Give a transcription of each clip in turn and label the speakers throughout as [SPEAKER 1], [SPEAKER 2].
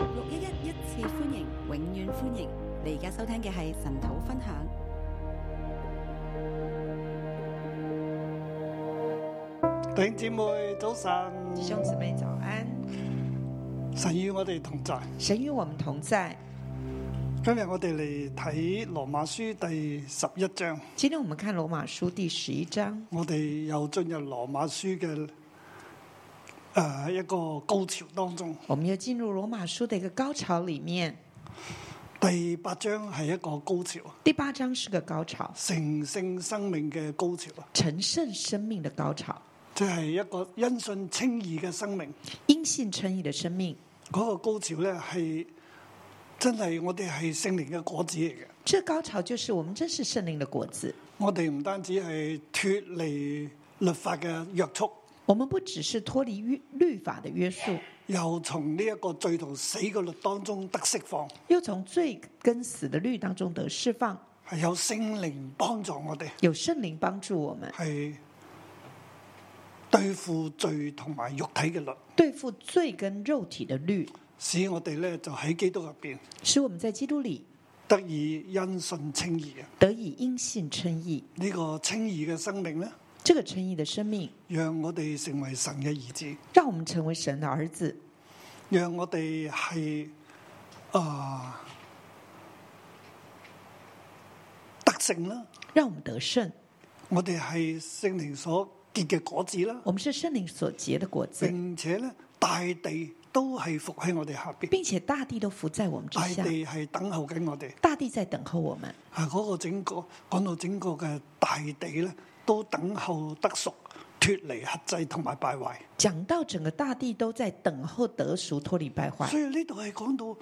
[SPEAKER 1] 六一一一次歡迎，永遠歡迎！你而家收聽嘅係神土分享。
[SPEAKER 2] 弟兄姊妹早晨
[SPEAKER 3] 弟，兄姊妹早安，
[SPEAKER 2] 神與我哋同在。
[SPEAKER 3] 神与我们同在。
[SPEAKER 2] 今日我哋嚟睇羅馬書第十一章，
[SPEAKER 3] 今天我们看罗马书第十一章，
[SPEAKER 2] 我哋又進入羅馬書嘅诶一個高潮當中。
[SPEAKER 3] 我们又进入罗马书的一个高潮里面。
[SPEAKER 2] 第八章係一個高潮，
[SPEAKER 3] 第八章是个高潮，
[SPEAKER 2] 成聖生命嘅高潮啊，
[SPEAKER 3] 成圣生命的高潮，
[SPEAKER 2] 即係一個因信稱義嘅生命。
[SPEAKER 3] 因信称义的生命。
[SPEAKER 2] 嗰、個高潮咧係真係我哋係聖靈嘅果子嚟嘅。
[SPEAKER 3] 这高潮就是我們真是圣灵的果子。
[SPEAKER 2] 我哋唔單止係脱離律法嘅約束。
[SPEAKER 3] 我们不只是脱离律律法的约束，
[SPEAKER 2] 又從呢一個罪同死嘅律當中得釋放，
[SPEAKER 3] 又从罪跟死的律当中得释放，
[SPEAKER 2] 係有聖靈幫助我哋，
[SPEAKER 3] 有圣灵帮助我们
[SPEAKER 2] 係對付罪同埋肉體嘅律，
[SPEAKER 3] 对付罪跟肉体的律，
[SPEAKER 2] 使我哋咧就喺基督入邊
[SPEAKER 3] 使我们在基督里
[SPEAKER 2] 得以因信稱義啊！
[SPEAKER 3] 得以因信称义。
[SPEAKER 2] 呢、個稱義嘅生命咧，
[SPEAKER 3] 这个称义的生命，
[SPEAKER 2] 讓我哋成為神嘅兒子，
[SPEAKER 3] 让我们成为神的儿子，
[SPEAKER 2] 讓我哋係啊得勝啦，
[SPEAKER 3] 让我们得胜。
[SPEAKER 2] 我哋係聖靈所結嘅果子啦。
[SPEAKER 3] 我们是圣灵所结的果子，
[SPEAKER 2] 并且咧大地都係伏喺我哋下边，
[SPEAKER 3] 并且大地都伏在我们之
[SPEAKER 2] 大
[SPEAKER 3] 下，
[SPEAKER 2] 地係等候緊我哋。
[SPEAKER 3] 大地在等候我们。
[SPEAKER 2] 啊，嗰、個整個講到整個嘅大地咧，都等候得熟，脱離克制同埋敗壞。
[SPEAKER 3] 讲到整个大地都在等候得赎，脱离败坏
[SPEAKER 2] 所。以呢度係講到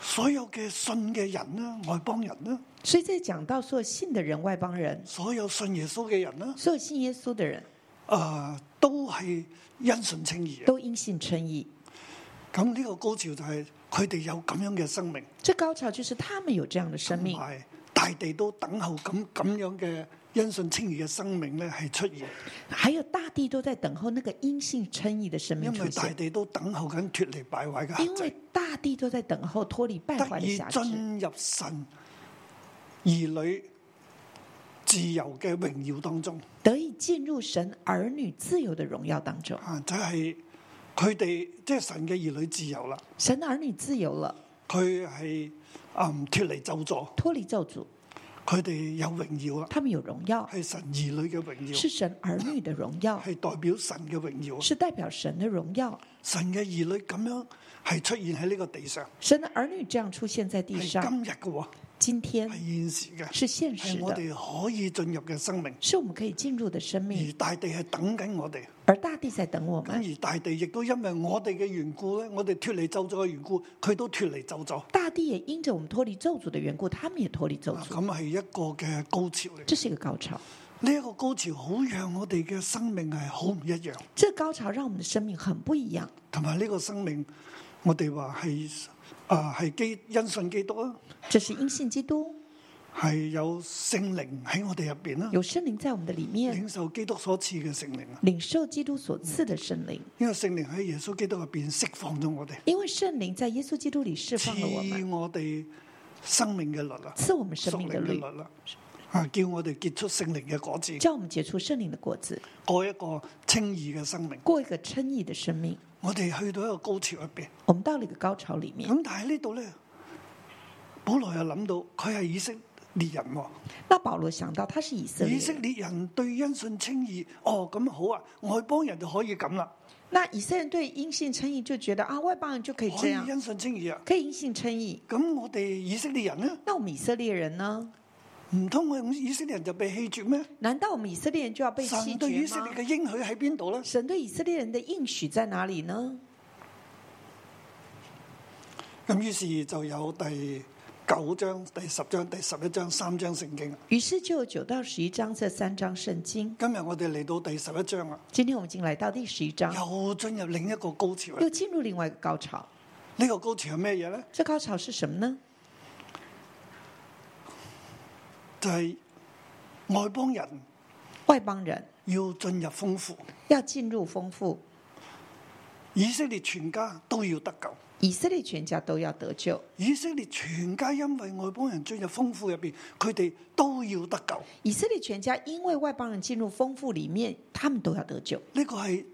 [SPEAKER 2] 所有嘅信嘅人啦，外邦人啦，
[SPEAKER 3] 所以这讲到所有信的人、外邦人、
[SPEAKER 2] 所有信耶穌嘅人啦，
[SPEAKER 3] 所有信耶稣的人
[SPEAKER 2] 啊，都係因信稱義嘅。
[SPEAKER 3] 都因信称义。
[SPEAKER 2] 咁呢個高潮就係佢哋有咁樣嘅生命，
[SPEAKER 3] 这高潮就是他们有这样的生
[SPEAKER 2] 同
[SPEAKER 3] 命，
[SPEAKER 2] 埋大地都等候咁咁樣嘅因信稱義嘅生命咧係出現。
[SPEAKER 3] 还有大地都在等候那个因信称义的生命
[SPEAKER 2] 因
[SPEAKER 3] 出
[SPEAKER 2] 為大
[SPEAKER 3] 现，
[SPEAKER 2] 地都等候緊脱離敗壞嘅
[SPEAKER 3] 因
[SPEAKER 2] 限
[SPEAKER 3] 为
[SPEAKER 2] 制，
[SPEAKER 3] 大地都在等候脱离败
[SPEAKER 2] 得
[SPEAKER 3] 坏的
[SPEAKER 2] 以
[SPEAKER 3] 辖制。
[SPEAKER 2] 進入神兒女自由嘅榮耀當中。
[SPEAKER 3] 得以进入神儿女自由的荣耀当中。
[SPEAKER 2] 啊，就係佢哋即係神嘅兒女自由啦，
[SPEAKER 3] 神的儿女自由了，
[SPEAKER 2] 佢係嗯脱離咒詛，
[SPEAKER 3] 脱离咒诅，
[SPEAKER 2] 佢哋有榮耀啦，
[SPEAKER 3] 他们有荣耀，
[SPEAKER 2] 係神兒女嘅榮
[SPEAKER 3] 是
[SPEAKER 2] 耀，
[SPEAKER 3] 神儿女的荣耀，
[SPEAKER 2] 係代表神嘅榮耀。
[SPEAKER 3] 是代表神的荣耀。
[SPEAKER 2] 神嘅兒女咁樣係出現喺呢個地上，
[SPEAKER 3] 神的儿女这样出现在地
[SPEAKER 2] 係
[SPEAKER 3] 上，
[SPEAKER 2] 今日嘅喎，
[SPEAKER 3] 今天
[SPEAKER 2] 係現時嘅，
[SPEAKER 3] 是現
[SPEAKER 2] 係
[SPEAKER 3] 實
[SPEAKER 2] 我
[SPEAKER 3] 的，
[SPEAKER 2] 哋可以進入嘅生命，
[SPEAKER 3] 是我们可以进入的生
[SPEAKER 2] 而
[SPEAKER 3] 命，
[SPEAKER 2] 大地係等緊我哋。
[SPEAKER 3] 而大地在等我们。
[SPEAKER 2] 咁而大地亦都因為我哋嘅緣故咧，我哋脱離咒詛嘅緣故，佢都脱離咒詛。
[SPEAKER 3] 大地也因着我们脱离咒诅的缘故，他们也脱离咒
[SPEAKER 2] 啊
[SPEAKER 3] 诅。
[SPEAKER 2] 咁係一個嘅高潮嚟。
[SPEAKER 3] 这是一个高潮，
[SPEAKER 2] 呢一個高潮好讓我哋嘅生命係好唔一樣，
[SPEAKER 3] 这高潮让我们的生命很不一样。
[SPEAKER 2] 同埋呢個生命，我哋話係啊係基因信基督啊，
[SPEAKER 3] 这是因信基督，
[SPEAKER 2] 係有聖靈喺我哋入邊啦，
[SPEAKER 3] 有圣灵在我们的里面，
[SPEAKER 2] 領受基督所賜嘅聖靈啊。
[SPEAKER 3] 领受基督所赐的圣灵。
[SPEAKER 2] 因為聖靈喺耶穌基督入邊釋放咗我哋，
[SPEAKER 3] 因为圣灵在耶稣基督里释放了我
[SPEAKER 2] 賜
[SPEAKER 3] 们，
[SPEAKER 2] 我哋生命嘅律啊，
[SPEAKER 3] 赐我们
[SPEAKER 2] 屬
[SPEAKER 3] 生
[SPEAKER 2] 靈
[SPEAKER 3] 命
[SPEAKER 2] 嘅
[SPEAKER 3] 的
[SPEAKER 2] 律
[SPEAKER 3] 律，
[SPEAKER 2] 啦，啊叫我哋結出聖靈嘅果子。
[SPEAKER 3] 叫我们结出圣灵的果子，
[SPEAKER 2] 过一個清義嘅生命。
[SPEAKER 3] 过一个称义的生命。
[SPEAKER 2] 我哋去到一個高潮入边，
[SPEAKER 3] 我们到了一个高潮里面，
[SPEAKER 2] 咁但係呢度咧，保羅又諗到佢係以色列人、喎。
[SPEAKER 3] 那保罗想到他是以色列
[SPEAKER 2] 以色
[SPEAKER 3] 人，
[SPEAKER 2] 列人對因信稱義，哦咁好啊，外邦人就可以咁啦，
[SPEAKER 3] 那以色列人对因信称义就觉得啊，外邦人就可以
[SPEAKER 2] 可
[SPEAKER 3] 这
[SPEAKER 2] 以
[SPEAKER 3] 样，
[SPEAKER 2] 因信稱義啊。
[SPEAKER 3] 可以因信称义。
[SPEAKER 2] 咁我哋以色列人呢？
[SPEAKER 3] 那我们以色列人呢？
[SPEAKER 2] 唔通我哋以色列人就被棄絕咩？
[SPEAKER 3] 难道我们以色列人就要被弃
[SPEAKER 2] 神對以
[SPEAKER 3] 绝
[SPEAKER 2] 色
[SPEAKER 3] 吗
[SPEAKER 2] 列？嘅應許喺邊度咧？
[SPEAKER 3] 神对以色列人的应许在哪里呢？
[SPEAKER 2] 咁於是就有第九章、第十章、第十一章三章啊聖經。
[SPEAKER 3] 于是就有九到十一章这三章圣经。
[SPEAKER 2] 今日我哋嚟到第十一章啦，
[SPEAKER 3] 今天我们已经来到第十一章，
[SPEAKER 2] 又進入另一個高潮啦。
[SPEAKER 3] 又进入另外一个高潮。
[SPEAKER 2] 呢個高潮係咩嘢咧？
[SPEAKER 3] 这高潮是什么呢？
[SPEAKER 2] 就係外邦人
[SPEAKER 3] 外邦人
[SPEAKER 2] 要進入豐富，
[SPEAKER 3] 要进入丰富，
[SPEAKER 2] 以色列全家都要得救。
[SPEAKER 3] 以色列全家都要得救，
[SPEAKER 2] 以色列全家因為外邦人進入豐富入邊，佢哋都要得救。
[SPEAKER 3] 以色列全家因为外邦人进入丰富里面，他们都要得救，
[SPEAKER 2] 呢個係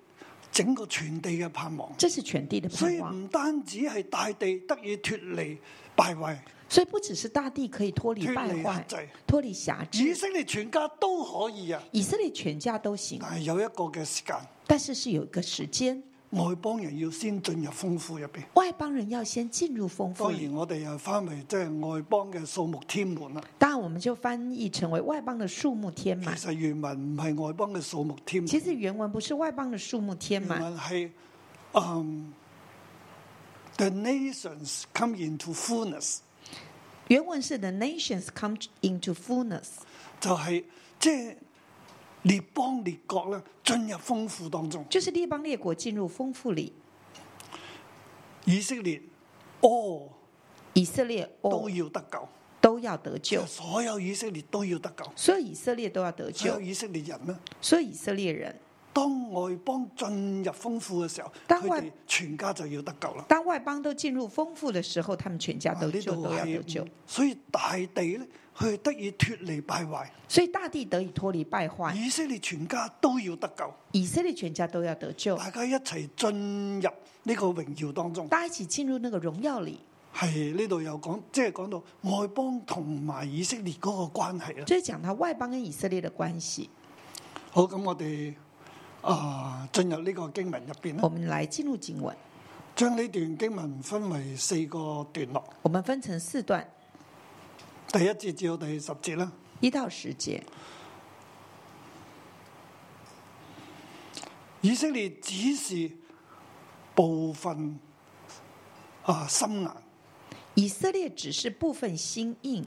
[SPEAKER 2] 整個全地嘅盼望。
[SPEAKER 3] 这是全地的
[SPEAKER 2] 所
[SPEAKER 3] 盼
[SPEAKER 2] 以
[SPEAKER 3] 望。
[SPEAKER 2] 唔單止係大地得以脱離敗壞，
[SPEAKER 3] 所以不只是大地可以脱离
[SPEAKER 2] 脱
[SPEAKER 3] 败
[SPEAKER 2] 離壓
[SPEAKER 3] 坏
[SPEAKER 2] 制，
[SPEAKER 3] 脱离辖
[SPEAKER 2] 以
[SPEAKER 3] 制，
[SPEAKER 2] 色列全家都可以啊。
[SPEAKER 3] 以色列全家都行，
[SPEAKER 2] 但係有一個嘅時間，
[SPEAKER 3] 但是是有一个时间，
[SPEAKER 2] 外邦人要先進入豐富入邊。
[SPEAKER 3] 外邦人要先进入丰富
[SPEAKER 2] 當
[SPEAKER 3] 里
[SPEAKER 2] 然，。我哋又翻嚟即係外邦嘅數目天門啦。
[SPEAKER 3] 当然，我们就翻译成为外邦的数目添
[SPEAKER 2] 其
[SPEAKER 3] 满。
[SPEAKER 2] 實原文唔係外邦嘅數目添門
[SPEAKER 3] 其实原文不是外邦的数目添
[SPEAKER 2] 原
[SPEAKER 3] 满，
[SPEAKER 2] 文係嗯，the nations come into fullness，
[SPEAKER 3] 原文是 The nations come into fullness，
[SPEAKER 2] 就係即係列邦列國咧進入豐富當中。
[SPEAKER 3] 就是列邦列国进入丰富里，
[SPEAKER 2] 以色列 all
[SPEAKER 3] 以色列
[SPEAKER 2] 都
[SPEAKER 3] 哦
[SPEAKER 2] 要得救，
[SPEAKER 3] 都要得救，
[SPEAKER 2] 所有以色列都要得救，
[SPEAKER 3] 所有以色列都要得
[SPEAKER 2] 所有
[SPEAKER 3] 救，
[SPEAKER 2] 以色列人咧。
[SPEAKER 3] 所有以色列人。
[SPEAKER 2] 當外邦進入豐富嘅時候，
[SPEAKER 3] 當
[SPEAKER 2] 佢
[SPEAKER 3] 外
[SPEAKER 2] 哋全家就要得救啦。
[SPEAKER 3] 当外邦都进入丰富的时候，他们全家
[SPEAKER 2] 啊
[SPEAKER 3] 都
[SPEAKER 2] 呢
[SPEAKER 3] 救
[SPEAKER 2] 度
[SPEAKER 3] 都要得救
[SPEAKER 2] 係，，所以大地咧，佢係得以脱離敗壞，
[SPEAKER 3] 所以大地得以脱离败坏，
[SPEAKER 2] 以色列全家都要得救。
[SPEAKER 3] 以色列全家都要得救，
[SPEAKER 2] 大家一齊進入呢個榮耀當中，
[SPEAKER 3] 大家一起进入那个荣耀里。
[SPEAKER 2] 係呢度又講，即係講到外邦同埋以色列嗰個關係啦。
[SPEAKER 3] 这是讲他外邦跟以色列的关系。
[SPEAKER 2] 好，咁我哋啊進入呢個經文入邊啦，
[SPEAKER 3] 我们来进入经文，
[SPEAKER 2] 將呢段經文分為四個段落，
[SPEAKER 3] 我们分成四段，
[SPEAKER 2] 第一節至到第十節啦。
[SPEAKER 3] 一到十节。
[SPEAKER 2] 以色列只是部分啊心硬，
[SPEAKER 3] 以色列只是部分心硬，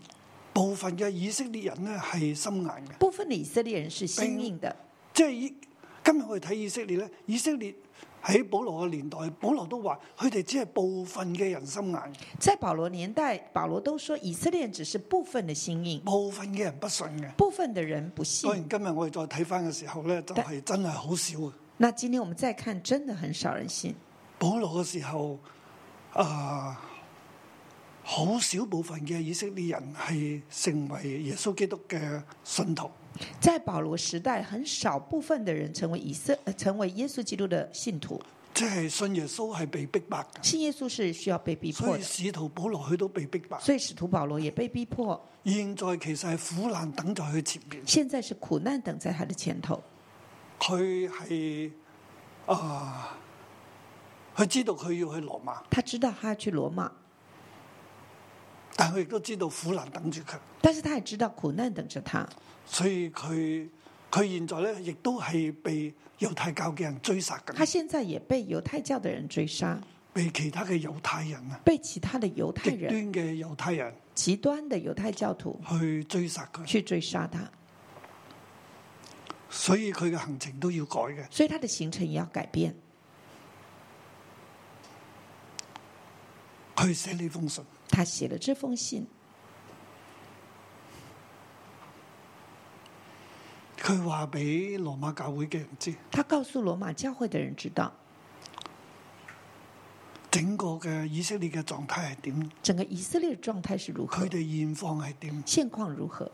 [SPEAKER 2] 部分嘅以色列人呢係心硬嘅，
[SPEAKER 3] 部分的以色列人是心硬
[SPEAKER 2] 哎
[SPEAKER 3] 的。
[SPEAKER 2] 即係以今日我哋睇以色列呢，以色列喺保羅嘅年代，保羅都話佢哋只係部分嘅人心硬，
[SPEAKER 3] 在保罗年代，保罗都说以色列人只是部分的心硬，
[SPEAKER 2] 部分嘅人不信嘅。
[SPEAKER 3] 部分的人不信
[SPEAKER 2] 當。然今日我哋再睇翻嘅時候呢，就係真係好少嘅。
[SPEAKER 3] 那今天我们再看，真的很少人信。
[SPEAKER 2] 保羅嘅時候啊，好少部分嘅以色列人係成為耶穌基督嘅信徒。
[SPEAKER 3] 在保罗时代，很少部分的人成为以色，呃成为耶稣基督的信徒。
[SPEAKER 2] 即係信耶穌係被逼迫嘅，
[SPEAKER 3] 信耶稣是需要被逼迫
[SPEAKER 2] 所
[SPEAKER 3] 的
[SPEAKER 2] 以，使徒保羅佢都被逼迫。
[SPEAKER 3] 所以使徒保罗也被逼迫。
[SPEAKER 2] 現在其實係苦難等在佢前面，
[SPEAKER 3] 现在是苦难等在他的前头，
[SPEAKER 2] 佢係啊，佢知道佢要去羅馬，
[SPEAKER 3] 他知道他要去罗马，
[SPEAKER 2] 但佢亦都知道苦難等住佢，
[SPEAKER 3] 但是他也知道苦难等着他，
[SPEAKER 2] 所以佢佢現在咧亦都係被猶太教嘅人追殺
[SPEAKER 3] 他
[SPEAKER 2] 緊，
[SPEAKER 3] 现在也被犹太教的人追杀，
[SPEAKER 2] 被其他嘅猶太人啊
[SPEAKER 3] 被其他的犹太
[SPEAKER 2] 極
[SPEAKER 3] 人、
[SPEAKER 2] 端嘅猶太人
[SPEAKER 3] 极端的犹太教徒
[SPEAKER 2] 去追殺佢，
[SPEAKER 3] 去追杀他，
[SPEAKER 2] 所以佢嘅行程都要改嘅。
[SPEAKER 3] 所以他的行程也要改变。
[SPEAKER 2] 佢寫呢封信。
[SPEAKER 3] 他写了这封信，
[SPEAKER 2] 佢話俾羅馬教會嘅人知，
[SPEAKER 3] 他告诉罗马教会的人知道
[SPEAKER 2] 整個嘅以色列嘅狀態係點，
[SPEAKER 3] 整个以色列的状态是如何
[SPEAKER 2] 佢，哋現況係點，
[SPEAKER 3] 现况如何。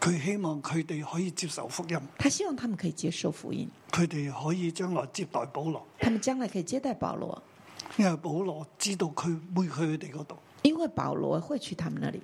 [SPEAKER 2] 佢希望佢哋可以接受福音，
[SPEAKER 3] 他希望他们可以接受福音，
[SPEAKER 2] 佢哋可以將來接待保羅，
[SPEAKER 3] 他们将来可以接待保罗，
[SPEAKER 2] 因為保羅知道佢會去佢哋嗰度，
[SPEAKER 3] 因为保羅会去他们那里，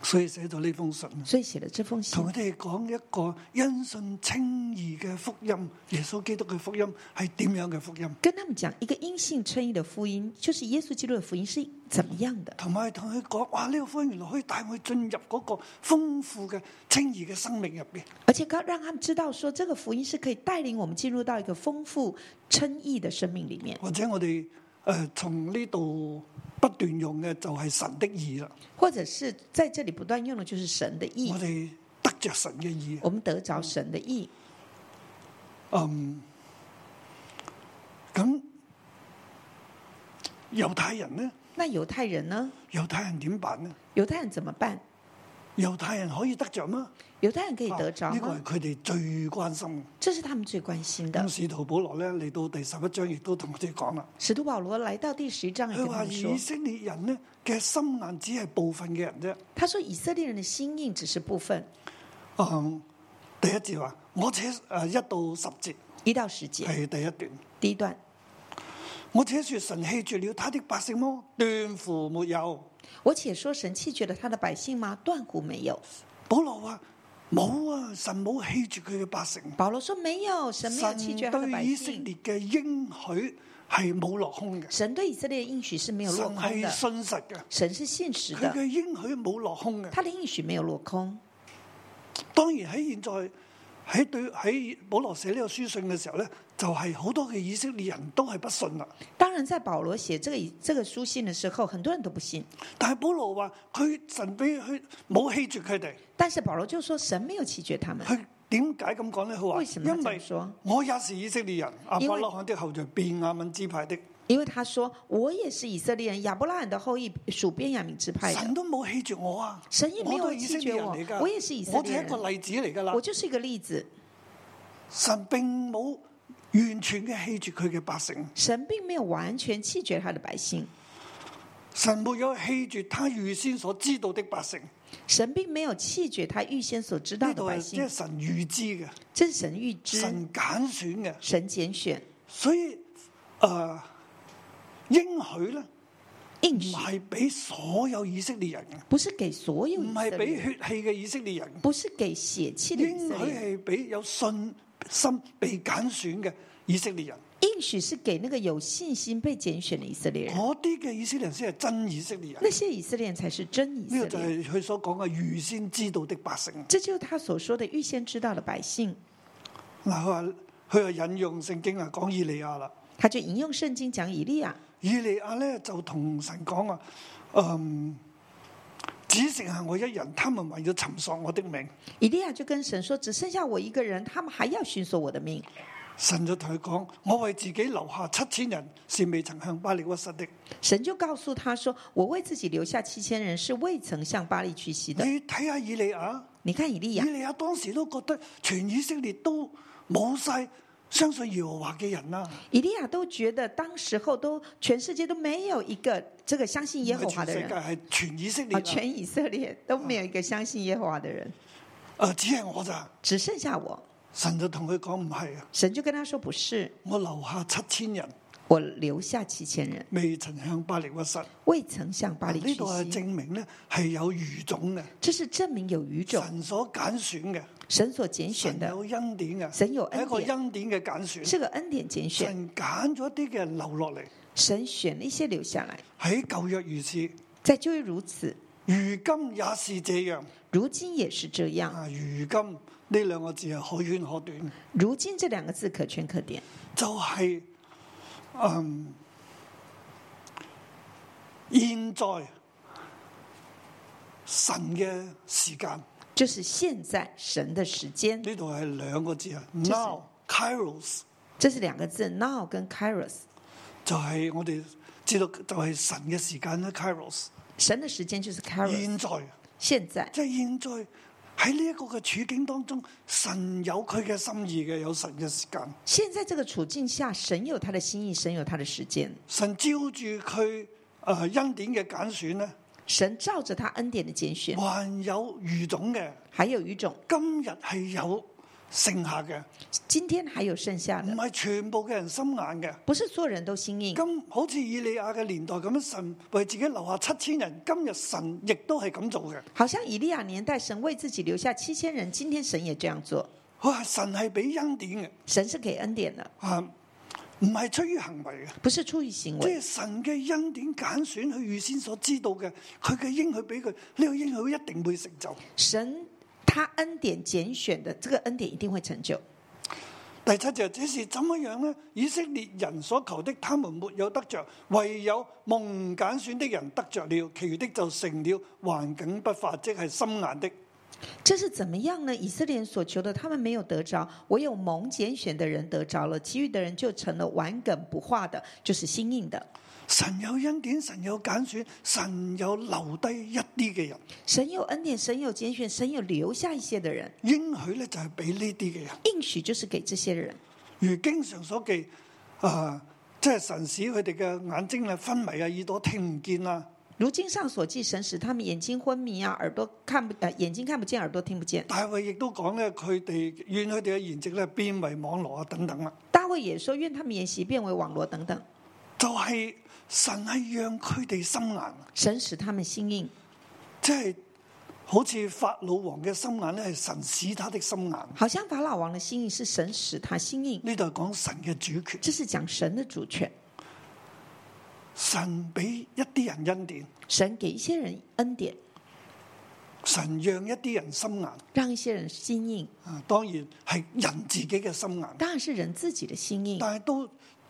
[SPEAKER 2] 所以寫咗呢封信，
[SPEAKER 3] 所以写了这封信
[SPEAKER 2] 同，佢哋講一個因信稱義嘅福音，耶穌基督嘅福音係點樣嘅福音，
[SPEAKER 3] 跟他们讲一个因信称义的福音，就是耶稣基督的福音是怎么样的，
[SPEAKER 2] 同埋同佢講，哇！呢、個福音原來可以帶佢進入嗰個豐富嘅稱義嘅生命入邊。
[SPEAKER 3] 而且要让他们知道说这个福音是可以带领我们进入到一个丰富称义的生命里面，
[SPEAKER 2] 或者我哋誒從呢度不斷用嘅就係神的義啦。
[SPEAKER 3] 或者是在这里不断用的就是神的义
[SPEAKER 2] 我，哋得着神嘅義，
[SPEAKER 3] 我们得着神的义。
[SPEAKER 2] 咁猶太人呢？
[SPEAKER 3] 那犹太人呢？
[SPEAKER 2] 猶太人點辦呢？
[SPEAKER 3] 犹太人怎么办？
[SPEAKER 2] 猶太人可以得着嗎？
[SPEAKER 3] 犹太人可以
[SPEAKER 2] 啊
[SPEAKER 3] 得着
[SPEAKER 2] 呢個係
[SPEAKER 3] 吗？
[SPEAKER 2] 佢哋最關心。
[SPEAKER 3] 这是他们最关心的
[SPEAKER 2] 咁。使徒保羅咧嚟到第十一章，亦都同我哋講啦。
[SPEAKER 3] 使徒保罗来到第十章，也
[SPEAKER 2] 佢
[SPEAKER 3] 跟他
[SPEAKER 2] 話
[SPEAKER 3] 们说
[SPEAKER 2] 以，色列人呢嘅心眼只係部分嘅人啫。
[SPEAKER 3] 他说以色列人的心硬只是部分，
[SPEAKER 2] 嗯，第一節話我且啊誒一到十節
[SPEAKER 3] 一到十节
[SPEAKER 2] 係第一段。
[SPEAKER 3] 第一段。
[SPEAKER 2] 我且說神棄絕了他的百姓麼？斷乎沒有。
[SPEAKER 3] 我且说神弃绝了他的百姓吗？断乎没有。
[SPEAKER 2] 保羅話冇啊，神冇棄絕佢嘅百姓。
[SPEAKER 3] 保罗说没有，神没有
[SPEAKER 2] 神
[SPEAKER 3] 弃绝他的百
[SPEAKER 2] 對以色
[SPEAKER 3] 姓。
[SPEAKER 2] 列嘅應許係冇落空嘅，
[SPEAKER 3] 神对以色列的应许是没有落
[SPEAKER 2] 神
[SPEAKER 3] 空
[SPEAKER 2] 係
[SPEAKER 3] 的，
[SPEAKER 2] 信實嘅，
[SPEAKER 3] 神是现实
[SPEAKER 2] 佢
[SPEAKER 3] 的，
[SPEAKER 2] 嘅應許冇落空嘅。
[SPEAKER 3] 他的应许没有落空。
[SPEAKER 2] 當然喺現在喺對喺保羅寫呢個書信嘅時候咧，就係、好多嘅以色列人都係不信啦。
[SPEAKER 3] 当然，在保罗写这个这个书信的时候，很多人都不信，
[SPEAKER 2] 但係保羅話佢神俾佢冇棄絕佢哋，
[SPEAKER 3] 但是保罗就说神没有弃绝他们。
[SPEAKER 2] 佢點解咁講咧？佢話
[SPEAKER 3] 为什么要
[SPEAKER 2] 因
[SPEAKER 3] 这么
[SPEAKER 2] 為
[SPEAKER 3] 说？
[SPEAKER 2] 我也是以色列人，阿
[SPEAKER 3] 因為
[SPEAKER 2] 伯拉罕的後裔，便雅憫支派的，
[SPEAKER 3] 因为他说我也是以色列人，亚伯拉罕的后裔，属便雅敏支派
[SPEAKER 2] 神
[SPEAKER 3] 的。
[SPEAKER 2] 都冇棄絕我啊！
[SPEAKER 3] 神也沒
[SPEAKER 2] 我
[SPEAKER 3] 有
[SPEAKER 2] 都係以色
[SPEAKER 3] 棄
[SPEAKER 2] 列
[SPEAKER 3] 絕
[SPEAKER 2] 人
[SPEAKER 3] 我
[SPEAKER 2] 嚟㗎，
[SPEAKER 3] 我也是以色
[SPEAKER 2] 我就
[SPEAKER 3] 列
[SPEAKER 2] 係
[SPEAKER 3] 人
[SPEAKER 2] 一個例子嚟㗎啦
[SPEAKER 3] 我。就是一个例子，
[SPEAKER 2] 神並冇完全嘅棄絕佢嘅百姓，
[SPEAKER 3] 神并没有完全弃绝他的百姓，
[SPEAKER 2] 神沒有棄絕他預先所知道的百姓。
[SPEAKER 3] 神并没有弃绝他预先所知道
[SPEAKER 2] 呢
[SPEAKER 3] 的
[SPEAKER 2] 度係
[SPEAKER 3] 百
[SPEAKER 2] 即係
[SPEAKER 3] 姓，
[SPEAKER 2] 神預知嘅，
[SPEAKER 3] 这是神预知，
[SPEAKER 2] 神揀選嘅，
[SPEAKER 3] 神拣选
[SPEAKER 2] 所以诶、呃、应许咧
[SPEAKER 3] 应
[SPEAKER 2] 唔
[SPEAKER 3] 许，
[SPEAKER 2] 係俾所有以色列人嘅，
[SPEAKER 3] 不是给所有
[SPEAKER 2] 唔
[SPEAKER 3] 以色
[SPEAKER 2] 係
[SPEAKER 3] 列
[SPEAKER 2] 俾
[SPEAKER 3] 人，
[SPEAKER 2] 血氣嘅以色列人，
[SPEAKER 3] 不是给血气的
[SPEAKER 2] 應
[SPEAKER 3] 以
[SPEAKER 2] 許
[SPEAKER 3] 色列人，
[SPEAKER 2] 係俾有信心被揀選嘅以色列人，
[SPEAKER 3] 应许是给那个有信心被拣选的以色列人，
[SPEAKER 2] 嗰啲嘅以色列人先係真以色列人。
[SPEAKER 3] 那些以色列人才是真以
[SPEAKER 2] 呢
[SPEAKER 3] 色
[SPEAKER 2] 個就
[SPEAKER 3] 列人。
[SPEAKER 2] 係佢所講嘅預先知道的百姓。
[SPEAKER 3] 这就是他所说的预先知道的百姓，
[SPEAKER 2] 嗱，佢話佢係引用聖經啊，講以利亞啦。
[SPEAKER 3] 他就引用圣经讲以利亚。
[SPEAKER 2] 以利亞咧就同神講啊，嗯，只剩下我一人，他們為咗尋索我的命。
[SPEAKER 3] 以利亚就跟神说：“只剩下我一个人，他们还要寻索我的命。
[SPEAKER 2] 神就同佢講：我為自己留下七千人，是未曾向巴力屈膝的。”
[SPEAKER 3] 神就告诉他说：“我为自己留下七千人，是未曾向巴利屈膝的。
[SPEAKER 2] 你睇下以利亞，”
[SPEAKER 3] 你看以利
[SPEAKER 2] 以
[SPEAKER 3] 亚，
[SPEAKER 2] 利亞當時都覺得全以色列都冇晒相信耶和華嘅人啦，
[SPEAKER 3] 以利亚都觉得当时候都全世界都没有一个这个相信耶和
[SPEAKER 2] 唔係
[SPEAKER 3] 华的
[SPEAKER 2] 全世界，
[SPEAKER 3] 人
[SPEAKER 2] 係全以色列
[SPEAKER 3] 啊，
[SPEAKER 2] 啊，
[SPEAKER 3] 全以色列都没有一个相信耶和华的人，
[SPEAKER 2] 呃只係我咋。
[SPEAKER 3] 只剩下我。
[SPEAKER 2] 神就同佢講唔係啊，
[SPEAKER 3] 神就跟他说：“不是，
[SPEAKER 2] 我留下七千人，
[SPEAKER 3] 我留下七千人，
[SPEAKER 2] 未曾向巴力屈膝。
[SPEAKER 3] 未曾向巴利
[SPEAKER 2] 啊呢
[SPEAKER 3] 屈
[SPEAKER 2] 度係證
[SPEAKER 3] 膝。
[SPEAKER 2] 明咧係有餘種嘅，”
[SPEAKER 3] 这是证明有语种，
[SPEAKER 2] 神所揀選嘅，
[SPEAKER 3] 神所拣选
[SPEAKER 2] 神
[SPEAKER 3] 的
[SPEAKER 2] 有恩典嘅，
[SPEAKER 3] 神有恩
[SPEAKER 2] 係一個
[SPEAKER 3] 典
[SPEAKER 2] 恩典嘅揀選。
[SPEAKER 3] 这个恩典拣选，
[SPEAKER 2] 神揀咗啲嘅人留落嚟，
[SPEAKER 3] 神选了一些留下来。
[SPEAKER 2] 喺舊約如此，
[SPEAKER 3] 在就业如此，
[SPEAKER 2] 如今也是這樣。
[SPEAKER 3] 如今也是这样。
[SPEAKER 2] 啊，如今呢兩個字係可圈可點，
[SPEAKER 3] 如今这两个字可圈可点，
[SPEAKER 2] 就係、嗯，現在神嘅時間。
[SPEAKER 3] 就是现在神的时间。
[SPEAKER 2] 呢度係兩個字啊
[SPEAKER 3] 是
[SPEAKER 2] ，now kairos
[SPEAKER 3] 这是两个字，now 跟 kairos。
[SPEAKER 2] 就係我哋知道就係神嘅時間啦，kairos。
[SPEAKER 3] 神的时间就是 kairos，
[SPEAKER 2] 現在啊
[SPEAKER 3] 现在
[SPEAKER 2] 即係現在喺呢一個嘅處境當中，神有佢嘅心意嘅，有神嘅時間，
[SPEAKER 3] 现在这个处境下，神有他的心意，神有他的时间，
[SPEAKER 2] 神照住佢诶恩典嘅揀選咧，
[SPEAKER 3] 神照着他恩典的拣选。
[SPEAKER 2] 還有餘種嘅，
[SPEAKER 3] 还有一种，
[SPEAKER 2] 今日係有剩下嘅，
[SPEAKER 3] 今天还有剩下
[SPEAKER 2] 唔
[SPEAKER 3] 的，
[SPEAKER 2] 係全部嘅人心眼嘅。
[SPEAKER 3] 不是所有人都心硬。
[SPEAKER 2] 今好似以利亞嘅年代咁樣，神為自己留下七千人，今日神亦都係咁做嘅。
[SPEAKER 3] 好像以利亚年代，神为自己留下七千人，今天神也这样做。
[SPEAKER 2] 哇！啊神係俾恩典嘅，
[SPEAKER 3] 神是给恩典的，
[SPEAKER 2] 啊，唔係出於行為嘅，
[SPEAKER 3] 不是出于行
[SPEAKER 2] 即
[SPEAKER 3] 为
[SPEAKER 2] 係。神嘅恩典揀選，佢預先所知道嘅，佢嘅應許俾佢，呢、個應許一定會成就。
[SPEAKER 3] 神他恩典拣选的这个恩典一定会成就。
[SPEAKER 2] 第七就這是怎麼樣呢？以色列人所求的，他們沒有得着，唯有蒙揀選的人得着了，其餘的就成了環境不化，即係心眼的。
[SPEAKER 3] 这是怎么样呢？以色列人所求的，他们没有得着；唯有蒙拣选的人得着了，其余的人就成了顽梗不化的，就是心硬的。
[SPEAKER 2] 神有恩典，神有揀選，神有留低一啲嘅人，
[SPEAKER 3] 神有恩典，神有拣选，神有留下一些的人，
[SPEAKER 2] 應許咧就係俾呢啲嘅人。
[SPEAKER 3] 应许就是给这些人。
[SPEAKER 2] 如經常所記，啊、即係神使佢哋嘅眼睛咧昏迷啊，耳朵聽唔見啊，
[SPEAKER 3] 如经上所记，神使他们眼睛昏迷啊，耳朵看不呃眼睛看不见，耳朵听不见。
[SPEAKER 2] 大衛亦都講咧，佢哋願佢哋嘅言值咧變為網羅啊等等啦。
[SPEAKER 3] 大卫也说，愿他们沿袭变为网罗等等。
[SPEAKER 2] 就係神係讓佢哋心眼，
[SPEAKER 3] 神使他们心硬，
[SPEAKER 2] 即係好似法老王嘅心眼咧，係神使他的心眼。呢
[SPEAKER 3] 好像法老王的心意是神使他心硬，
[SPEAKER 2] 度係講神嘅主權，
[SPEAKER 3] 这是讲神的主权。
[SPEAKER 2] 神俾一啲人恩典，
[SPEAKER 3] 神给一些人恩典，
[SPEAKER 2] 神讓一啲人心眼。
[SPEAKER 3] 让一些人心硬，
[SPEAKER 2] 啊，當然係人自己嘅心眼。
[SPEAKER 3] 当然是人自己的心硬。
[SPEAKER 2] 但係都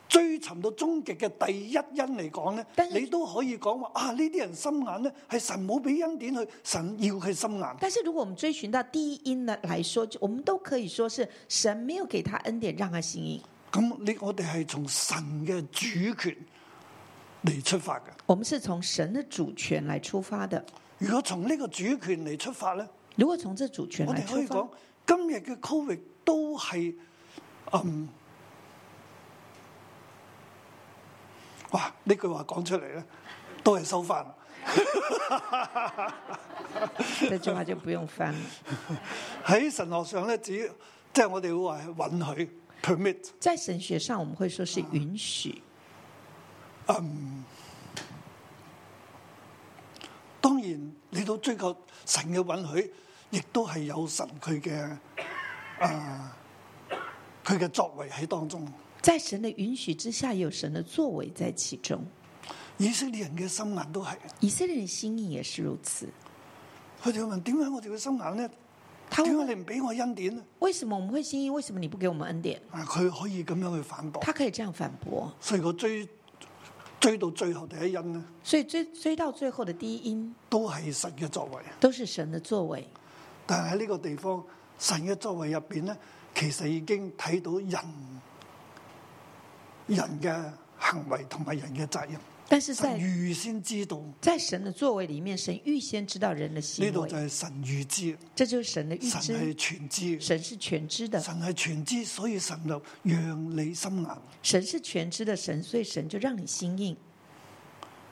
[SPEAKER 2] 追尋到終極嘅第一因嚟講
[SPEAKER 3] 但
[SPEAKER 2] 咧，
[SPEAKER 3] 係
[SPEAKER 2] 你都可以講話啊！呢啲人心眼咧，係神冇俾恩典佢，神要佢心眼。
[SPEAKER 3] 但是如果我们追寻到第一因呢来说，就我们都可以说是神没有给他恩典，让他心硬。
[SPEAKER 2] 咁你我哋係從神嘅主權嚟出發嘅。
[SPEAKER 3] 我们是从神的主权来出发的。
[SPEAKER 2] 如果從呢個主權嚟出發咧，
[SPEAKER 3] 如果从这主权
[SPEAKER 2] 我
[SPEAKER 3] 来
[SPEAKER 2] 哋可
[SPEAKER 3] 出
[SPEAKER 2] 以
[SPEAKER 3] 发
[SPEAKER 2] 講，今日嘅 Covid 都係嗯。哇！呢句話講出嚟咧，都係收翻啦。
[SPEAKER 3] 这句话就不用翻了。
[SPEAKER 2] 喺神學上咧，只即係我哋會話係允許 permit。
[SPEAKER 3] 在神学上，我们会说是允许。
[SPEAKER 2] 當然，你都追求神嘅允許，亦都係有神佢嘅啊佢嘅作為喺當中。
[SPEAKER 3] 在神的允许之下，有神的作为在其中。
[SPEAKER 2] 以色列人嘅心眼都係，
[SPEAKER 3] 以色列人心意也是如此。
[SPEAKER 2] 佢哋會問點解我哋嘅心眼咧？
[SPEAKER 3] 他
[SPEAKER 2] 點解
[SPEAKER 3] 會问
[SPEAKER 2] 你唔俾我恩典咧？
[SPEAKER 3] 为什么我们会心意？为什么你不给我们恩典？
[SPEAKER 2] 啊，佢可以咁樣去反駁，
[SPEAKER 3] 他可以这样反驳。
[SPEAKER 2] 所以我追追到最後第一因咧，
[SPEAKER 3] 所以追追到最后的第一因
[SPEAKER 2] 都係神嘅作為。
[SPEAKER 3] 都是神的作为。
[SPEAKER 2] 但係喺呢個地方，神嘅作為入邊咧，其實已經睇到人人嘅行為同埋人嘅責任。
[SPEAKER 3] 但是
[SPEAKER 2] 神
[SPEAKER 3] 在
[SPEAKER 2] 預先知道
[SPEAKER 3] 在神的作为里面，神预先知道人
[SPEAKER 2] 呢
[SPEAKER 3] 的行
[SPEAKER 2] 度就
[SPEAKER 3] 为，
[SPEAKER 2] 係神預知，
[SPEAKER 3] 这就是神的预
[SPEAKER 2] 神係
[SPEAKER 3] 知。
[SPEAKER 2] 全知，
[SPEAKER 3] 神是全知的，
[SPEAKER 2] 神係全知，所以神就讓你心硬。
[SPEAKER 3] 神是全知的神，所以神就让你心硬。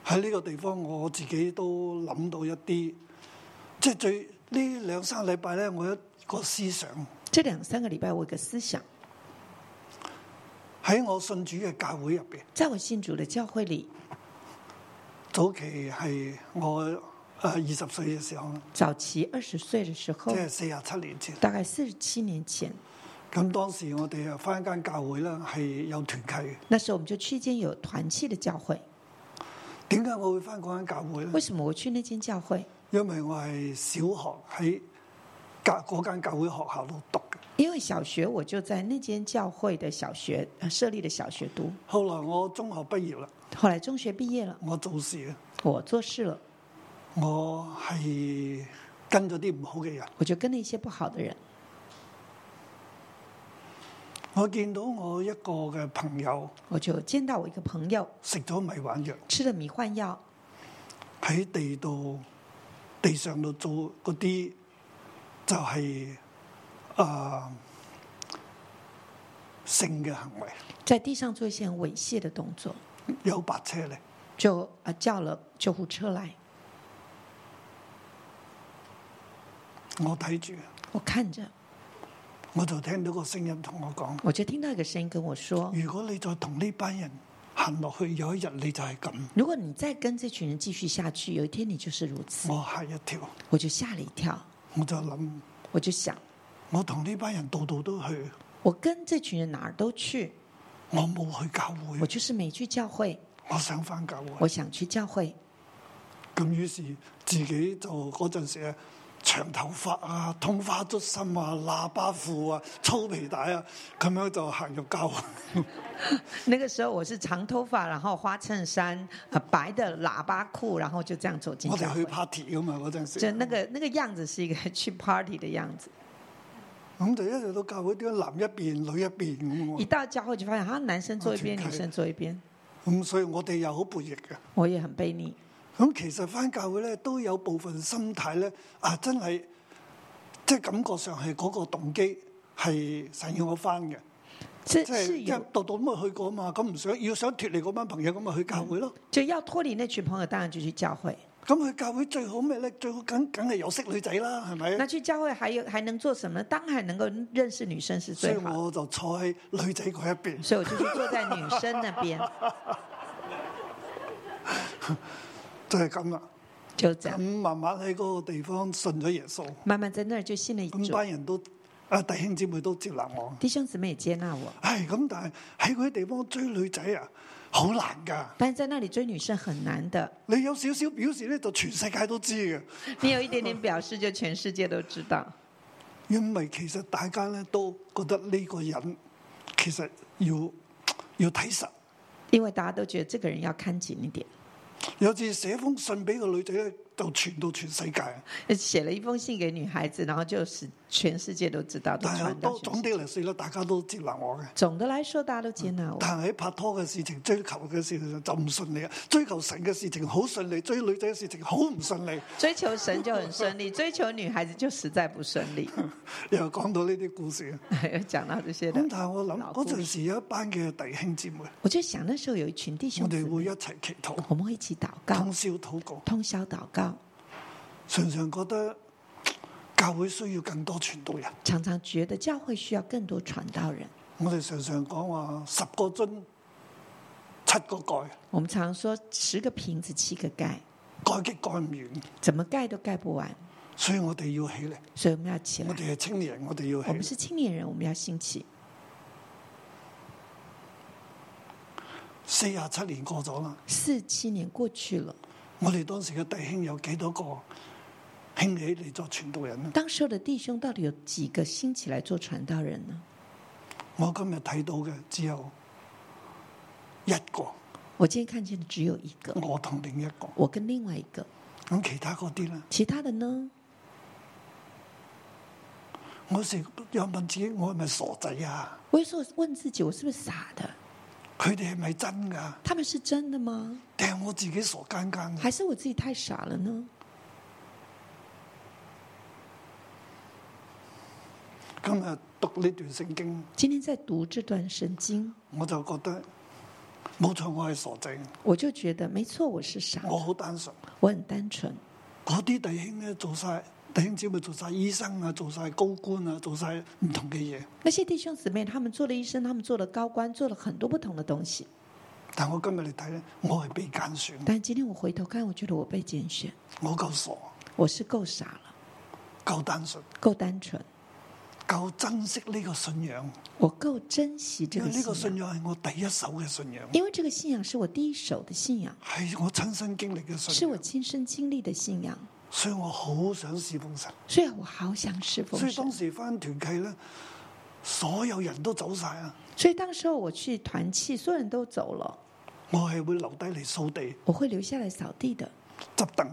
[SPEAKER 2] 喺呢個地方，我自己都諗到一啲，即係最呢兩三個禮拜咧，我有一個思想
[SPEAKER 3] 这两三个礼拜，我有个思想，
[SPEAKER 2] 喺我信主嘅教會入邊。
[SPEAKER 3] 在我信主的教会里，
[SPEAKER 2] 早期係我誒二十歲嘅時候啦
[SPEAKER 3] 早期二十岁的时候
[SPEAKER 2] 即，係四十七年前。
[SPEAKER 3] 大概四十七年前，
[SPEAKER 2] 咁當時我哋啊翻一間教會啦，係有團契嘅。
[SPEAKER 3] 那时候我们就去一间有团契的教会。
[SPEAKER 2] 點解我會翻嗰間教會
[SPEAKER 3] 为
[SPEAKER 2] 咧？
[SPEAKER 3] 什么我去那间教会？
[SPEAKER 2] 因為我係小學喺教嗰間教會學校度讀嘅。
[SPEAKER 3] 因为小学我就在那间教会的小学呃设立的小学读，
[SPEAKER 2] 後來我中學畢業啦，
[SPEAKER 3] 后来中学毕业了，
[SPEAKER 2] 我做事啊，
[SPEAKER 3] 我做事了，
[SPEAKER 2] 我係跟咗啲唔好嘅人。
[SPEAKER 3] 我就跟了一些不好的人。
[SPEAKER 2] 我見到我一個嘅朋友
[SPEAKER 3] 我就见到我一个朋友
[SPEAKER 2] 食咗迷幻藥，
[SPEAKER 3] 吃了迷幻藥，
[SPEAKER 2] 喺地度地上度做嗰啲就係、啊、性嘅行為。
[SPEAKER 3] 在地上做一些很猥亵的动作，
[SPEAKER 2] 有白車嚟，
[SPEAKER 3] 就啊叫了救护车来。
[SPEAKER 2] 我睇住，
[SPEAKER 3] 我看着，
[SPEAKER 2] 我就聽到個聲音同我講：
[SPEAKER 3] 我就聽到一个聲音跟我说
[SPEAKER 2] 如果你再同呢班人行落去，有一日你就係咁。：“
[SPEAKER 3] 如果你再跟这群人繼續下去，有一天你就是如此。
[SPEAKER 2] 我嚇一跳，”
[SPEAKER 3] 我就吓了一跳，
[SPEAKER 2] 我就諗，
[SPEAKER 3] 我就想，
[SPEAKER 2] 我同呢班人度度都去，
[SPEAKER 3] 我跟这群人哪儿都去，
[SPEAKER 2] 我冇去教
[SPEAKER 3] 我
[SPEAKER 2] 會，
[SPEAKER 3] 就是没去教会，
[SPEAKER 2] 我想翻教
[SPEAKER 3] 我
[SPEAKER 2] 會。
[SPEAKER 3] 想去教会。
[SPEAKER 2] 咁於是自己就嗰陣時啊，長頭髮啊，通花卒心啊，喇叭褲啊，粗皮帶啊，咁樣就行入教會。
[SPEAKER 3] 那个时候我是长头发，然后花衬衫，呃，白的喇叭裤，然后就这样走进
[SPEAKER 2] 我
[SPEAKER 3] 教
[SPEAKER 2] 哋
[SPEAKER 3] 会
[SPEAKER 2] 去。party 噶嘛嗰陣時，
[SPEAKER 3] 就那個那个样子是一个去 party 的樣子，
[SPEAKER 2] 咁就一直到教會點解男一邊女一邊咁喎
[SPEAKER 3] 一到教会就发现，啊，男生坐一邊，
[SPEAKER 2] 哦就
[SPEAKER 3] 女生坐一邊，
[SPEAKER 2] 咁所以我哋又好叛逆嘅。
[SPEAKER 3] 我也很卑逆。
[SPEAKER 2] 咁其實翻教會咧都有部分心態咧啊，真係即係感覺上係嗰個動機係神要我翻嘅，
[SPEAKER 3] 这
[SPEAKER 2] 即係
[SPEAKER 3] 是
[SPEAKER 2] 即係
[SPEAKER 3] 有
[SPEAKER 2] 度度咁去過啊嘛，咁唔想要想脱離嗰班朋友咁咪去教會咯。
[SPEAKER 3] 就要脱离那群朋友，当然就去教会。
[SPEAKER 2] 咁去教會最好咩咧？最好梗梗係有識女仔啦，係咪
[SPEAKER 3] 那？去教会还有还能做什么呢？当然能够认识女生是
[SPEAKER 2] 所以
[SPEAKER 3] 最好，
[SPEAKER 2] 我就坐喺女仔嗰一邊。
[SPEAKER 3] 所以我就去坐在女生那 边，
[SPEAKER 2] 就係咁啦。
[SPEAKER 3] 就这样，
[SPEAKER 2] 咁慢慢喺嗰個地方信咗耶穌，
[SPEAKER 3] 慢慢在那儿就信了
[SPEAKER 2] 咁
[SPEAKER 3] 主，
[SPEAKER 2] 班人都啊弟兄姊妹都接納我。
[SPEAKER 3] 弟兄姊妹也接纳我，
[SPEAKER 2] 唉，咁但係喺嗰啲地方追女仔啊，好難㗎。
[SPEAKER 3] 但是在那里追女生很难的。
[SPEAKER 2] 你有少少表示咧，就全世界都知嘅。
[SPEAKER 3] 你有一点点表示，就全世界都知道，
[SPEAKER 2] 因為其實大家咧都覺得呢個人其實要要睇實。
[SPEAKER 3] 因为大家都觉得这個人要看紧一点。
[SPEAKER 2] 有次寫封信俾個女仔咧，就傳到全世界。
[SPEAKER 3] 写了一封信给女孩子，然后就使全世界都知道，都
[SPEAKER 2] 但係
[SPEAKER 3] 传到
[SPEAKER 2] 哎都
[SPEAKER 3] 全
[SPEAKER 2] 總的
[SPEAKER 3] 世界。
[SPEAKER 2] 嚟說咧，大家都接納我嘅。
[SPEAKER 3] 总的来说，大家都接纳我。
[SPEAKER 2] 但係喺拍拖嘅事情、追求嘅事情上就唔順利啊！追求神嘅事情好順利，追女仔嘅事情好唔順利。
[SPEAKER 3] 追求神就很顺 利，追求女孩子就实在不顺 利。
[SPEAKER 2] 又講到呢啲故事啊！
[SPEAKER 3] 有讲到这些的
[SPEAKER 2] 咁但，係我諗
[SPEAKER 3] 老
[SPEAKER 2] 嗰
[SPEAKER 3] 故事
[SPEAKER 2] 陣時有一班嘅弟兄姊妹，
[SPEAKER 3] 我就想那时候有一群弟
[SPEAKER 2] 我
[SPEAKER 3] 兄姊
[SPEAKER 2] 哋會一，
[SPEAKER 3] 妹
[SPEAKER 2] 齊祈禱，
[SPEAKER 3] 我们会一起祷告
[SPEAKER 2] 通，宵禱告，
[SPEAKER 3] 通宵祷告，
[SPEAKER 2] 常常覺得嘖教會需要更多傳道人。
[SPEAKER 3] 常常觉得教会需要更多传道人。
[SPEAKER 2] 我哋常常講話十個樽七個蓋，
[SPEAKER 3] 我们常说十个瓶子七个盖，
[SPEAKER 2] 蓋極蓋唔完，
[SPEAKER 3] 怎么盖都盖不完，
[SPEAKER 2] 所以我哋要起嚟。
[SPEAKER 3] 所以我们要起
[SPEAKER 2] 我
[SPEAKER 3] 来。
[SPEAKER 2] 哋係青年人，我哋要
[SPEAKER 3] 我们
[SPEAKER 2] 起。
[SPEAKER 3] 是青年人，我们要兴起。
[SPEAKER 2] 四廿七年過咗啦。
[SPEAKER 3] 四七年过去了，
[SPEAKER 2] 我哋當時嘅弟兄有幾多個興起嚟做傳道人呢？
[SPEAKER 3] 当时候的弟兄到底有几个兴起来做传道人呢？
[SPEAKER 2] 我今日睇到嘅只有一個，
[SPEAKER 3] 我今天看见的只有一个，
[SPEAKER 2] 我同另一個。
[SPEAKER 3] 我跟另外一个，
[SPEAKER 2] 咁其他嗰啲咧，
[SPEAKER 3] 其他的呢？
[SPEAKER 2] 我有時又問自己，我係咪傻仔啊？
[SPEAKER 3] 我有时候问自己，我是不是傻的？
[SPEAKER 2] 佢哋係咪真㗎？
[SPEAKER 3] 他们是真的吗？
[SPEAKER 2] 定係我自己傻更更？
[SPEAKER 3] 还是我自己太傻了呢？
[SPEAKER 2] 今日讀呢段聖經，
[SPEAKER 3] 今天在读这段圣经，
[SPEAKER 2] 我就覺得冇錯，我係傻仔，
[SPEAKER 3] 我就觉得没错，我是傻的，
[SPEAKER 2] 我好單純。
[SPEAKER 3] 我很单纯。
[SPEAKER 2] 嗰啲弟兄咧做晒弟兄姊妹做晒醫生啊，做晒高官啊，做晒唔同嘅嘢。
[SPEAKER 3] 那些弟兄姊妹，他们做了医生，他们做了高官，做了很多不同的东西。
[SPEAKER 2] 但我今日嚟睇咧，我係被揀選。
[SPEAKER 3] 但今天我回头看，我觉得我被拣选，
[SPEAKER 2] 我夠傻，
[SPEAKER 3] 我是够傻了，
[SPEAKER 2] 夠單純，
[SPEAKER 3] 够单純，
[SPEAKER 2] 夠珍惜呢個信仰，
[SPEAKER 3] 我够珍惜这
[SPEAKER 2] 因
[SPEAKER 3] 个
[SPEAKER 2] 為呢
[SPEAKER 3] 信
[SPEAKER 2] 個
[SPEAKER 3] 仰。
[SPEAKER 2] 信仰係我第一手嘅信仰，
[SPEAKER 3] 因为这个信仰是我第一手的信仰，
[SPEAKER 2] 係我親身經歷嘅
[SPEAKER 3] 是
[SPEAKER 2] 信
[SPEAKER 3] 我
[SPEAKER 2] 仰，
[SPEAKER 3] 亲身经历的信仰，
[SPEAKER 2] 所以我好想侍奉神。
[SPEAKER 3] 所以我好想侍奉
[SPEAKER 2] 所以
[SPEAKER 3] 神
[SPEAKER 2] 當。時翻團契咧，所有人都走晒啊，
[SPEAKER 3] 所以当时候我去团契，所有人都走了，
[SPEAKER 2] 我係會留低嚟掃地、
[SPEAKER 3] 我会留下来扫地的，
[SPEAKER 2] 執凳，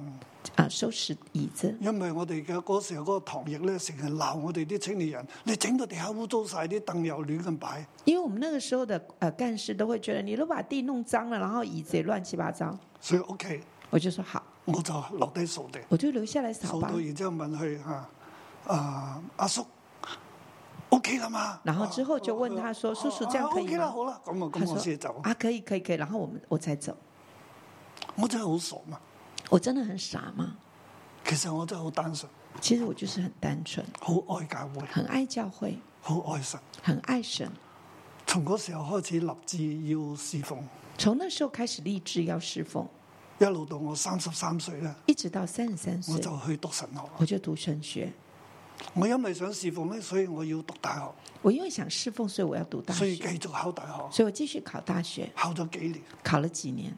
[SPEAKER 3] 啊，收拾椅子。
[SPEAKER 2] 因為我哋嘅嗰時候嗰個堂役咧，成日鬧我哋啲青年人，你整到地下污糟晒，啲凳又亂咁擺，
[SPEAKER 3] 因为我们那个时候的呃干事都会觉得你都把地弄脏了，然后椅子也乱七八糟。
[SPEAKER 2] 所以 OK，
[SPEAKER 3] 我就说好，
[SPEAKER 2] 我就留低掃地。
[SPEAKER 3] 我就留下来扫
[SPEAKER 2] 掃
[SPEAKER 3] 吧
[SPEAKER 2] 到，。然之後問佢啊啊阿叔，OK 啦嘛？
[SPEAKER 3] 然後之後就問他說
[SPEAKER 2] 啊
[SPEAKER 3] 叔叔這樣可以嗎
[SPEAKER 2] OK 啦，好啦，咁啊，
[SPEAKER 3] 他
[SPEAKER 2] 咁我
[SPEAKER 3] 说
[SPEAKER 2] 先走。
[SPEAKER 3] 啊，可以可以可以，然后我们我才走。
[SPEAKER 2] 我真係好傻嘛，
[SPEAKER 3] 我真的很傻吗？
[SPEAKER 2] 其實我真係好單純，
[SPEAKER 3] 其实我就是很单纯，
[SPEAKER 2] 好愛教會，
[SPEAKER 3] 很爱教会，
[SPEAKER 2] 好愛神。
[SPEAKER 3] 很爱神。
[SPEAKER 2] 從嗰時候開始立志要侍奉，
[SPEAKER 3] 从那时候开始立志要侍奉，
[SPEAKER 2] 一路到我三十三歲咧，
[SPEAKER 3] 一直到三十三
[SPEAKER 2] 我
[SPEAKER 3] 岁，
[SPEAKER 2] 就去讀神學。
[SPEAKER 3] 我就读神学。
[SPEAKER 2] 我因為想侍奉咧，所以我要讀大學，
[SPEAKER 3] 我因为想侍奉，所以我要读大
[SPEAKER 2] 所
[SPEAKER 3] 学
[SPEAKER 2] 以，繼續考大學，
[SPEAKER 3] 所以我继续考大学，
[SPEAKER 2] 考咗幾年，
[SPEAKER 3] 考了几年，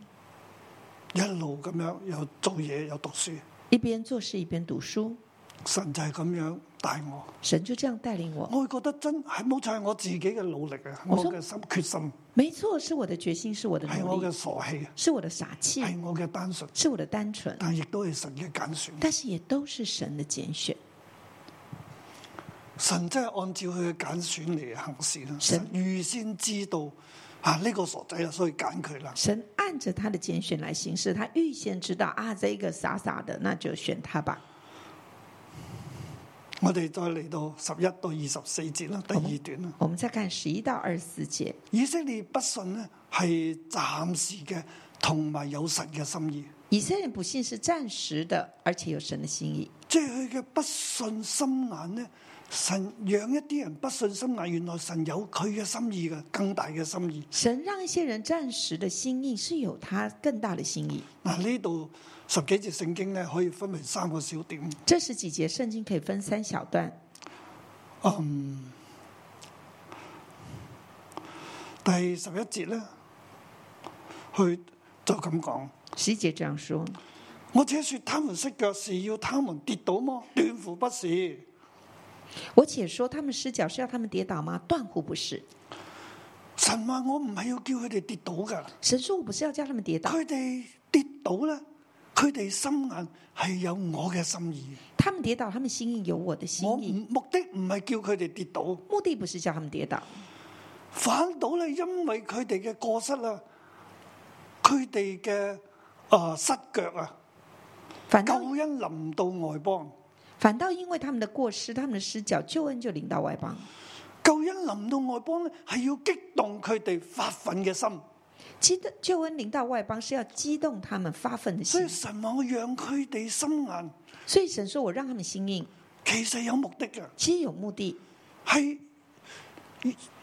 [SPEAKER 2] 一路咁樣又做嘢又讀書，
[SPEAKER 3] 一边做事一边读书，
[SPEAKER 2] 神就係咁樣帶我。
[SPEAKER 3] 神就这样带领我。
[SPEAKER 2] 我會覺得真係冇錯，係我自己嘅努力啊，我
[SPEAKER 3] 我想
[SPEAKER 2] 嘅心決心，
[SPEAKER 3] 没错，是我的决心，是我的
[SPEAKER 2] 係我
[SPEAKER 3] 努
[SPEAKER 2] 嘅
[SPEAKER 3] 力，
[SPEAKER 2] 傻氣，
[SPEAKER 3] 是我的傻气，
[SPEAKER 2] 係我嘅單純，
[SPEAKER 3] 是我的单纯，
[SPEAKER 2] 但亦都係神嘅揀選。
[SPEAKER 3] 但是也都是神的拣选。
[SPEAKER 2] 神真係按照佢嘅揀選嚟行事啦。
[SPEAKER 3] 神
[SPEAKER 2] 神預先知道啊呢、個傻仔啦，所以揀佢啦。
[SPEAKER 3] 神按着他的拣选来行事，他预先知道啊，这个傻傻的，那就选他吧。
[SPEAKER 2] 我哋再嚟到十一到二十四節啦，第二段啦。
[SPEAKER 3] 我们再看十一到二十四节，
[SPEAKER 2] 以色列不信呢係暫時嘅，同埋有神嘅心意，
[SPEAKER 3] 以色列不信是暂时的，而且有神的心意。
[SPEAKER 2] 即係佢嘅不信心眼呢。神讓一啲人不信心眼，原來神有佢嘅心意嘅，更大嘅心意。
[SPEAKER 3] 神让一些人暂时的心意是有他更大的心意。
[SPEAKER 2] 嗱呢度十幾節聖經咧，可以分為三個小點。
[SPEAKER 3] 这十几节圣经可以分三小段，
[SPEAKER 2] 第十一節咧，佢就咁講：
[SPEAKER 3] 十一节这样说：
[SPEAKER 2] 我且說他們失腳是要他們跌倒麼？斷乎不是。
[SPEAKER 3] 我且说他们失脚是要他们跌倒吗？断乎不是。
[SPEAKER 2] 神話我唔係要叫佢哋跌倒㗎，
[SPEAKER 3] 神说我不是要叫他们跌倒，
[SPEAKER 2] 佢哋跌倒咧，佢哋心眼係有我嘅心意。
[SPEAKER 3] 他们跌倒，他们心意有我嗯的心
[SPEAKER 2] 我唔
[SPEAKER 3] 意。
[SPEAKER 2] 目的唔係叫佢哋跌倒，
[SPEAKER 3] 目的不是叫他们跌倒，
[SPEAKER 2] 反倒咧，因為佢哋嘅過失啦，佢哋嘅啊失腳啊，
[SPEAKER 3] 反
[SPEAKER 2] 救
[SPEAKER 3] 倒
[SPEAKER 2] 恩臨到外邦。
[SPEAKER 3] 反倒因为他们的过失，他们的失脚，救恩就临到外邦。
[SPEAKER 2] 救恩臨到外邦咧，係要激動佢哋發奮嘅心，
[SPEAKER 3] 激的救恩临到外邦是要激动他们发奋的
[SPEAKER 2] 所
[SPEAKER 3] 心
[SPEAKER 2] 以，神話我讓佢哋心硬，
[SPEAKER 3] 所以神说我让他们心硬，
[SPEAKER 2] 其實有目的嘅，
[SPEAKER 3] 其实有目的，
[SPEAKER 2] 係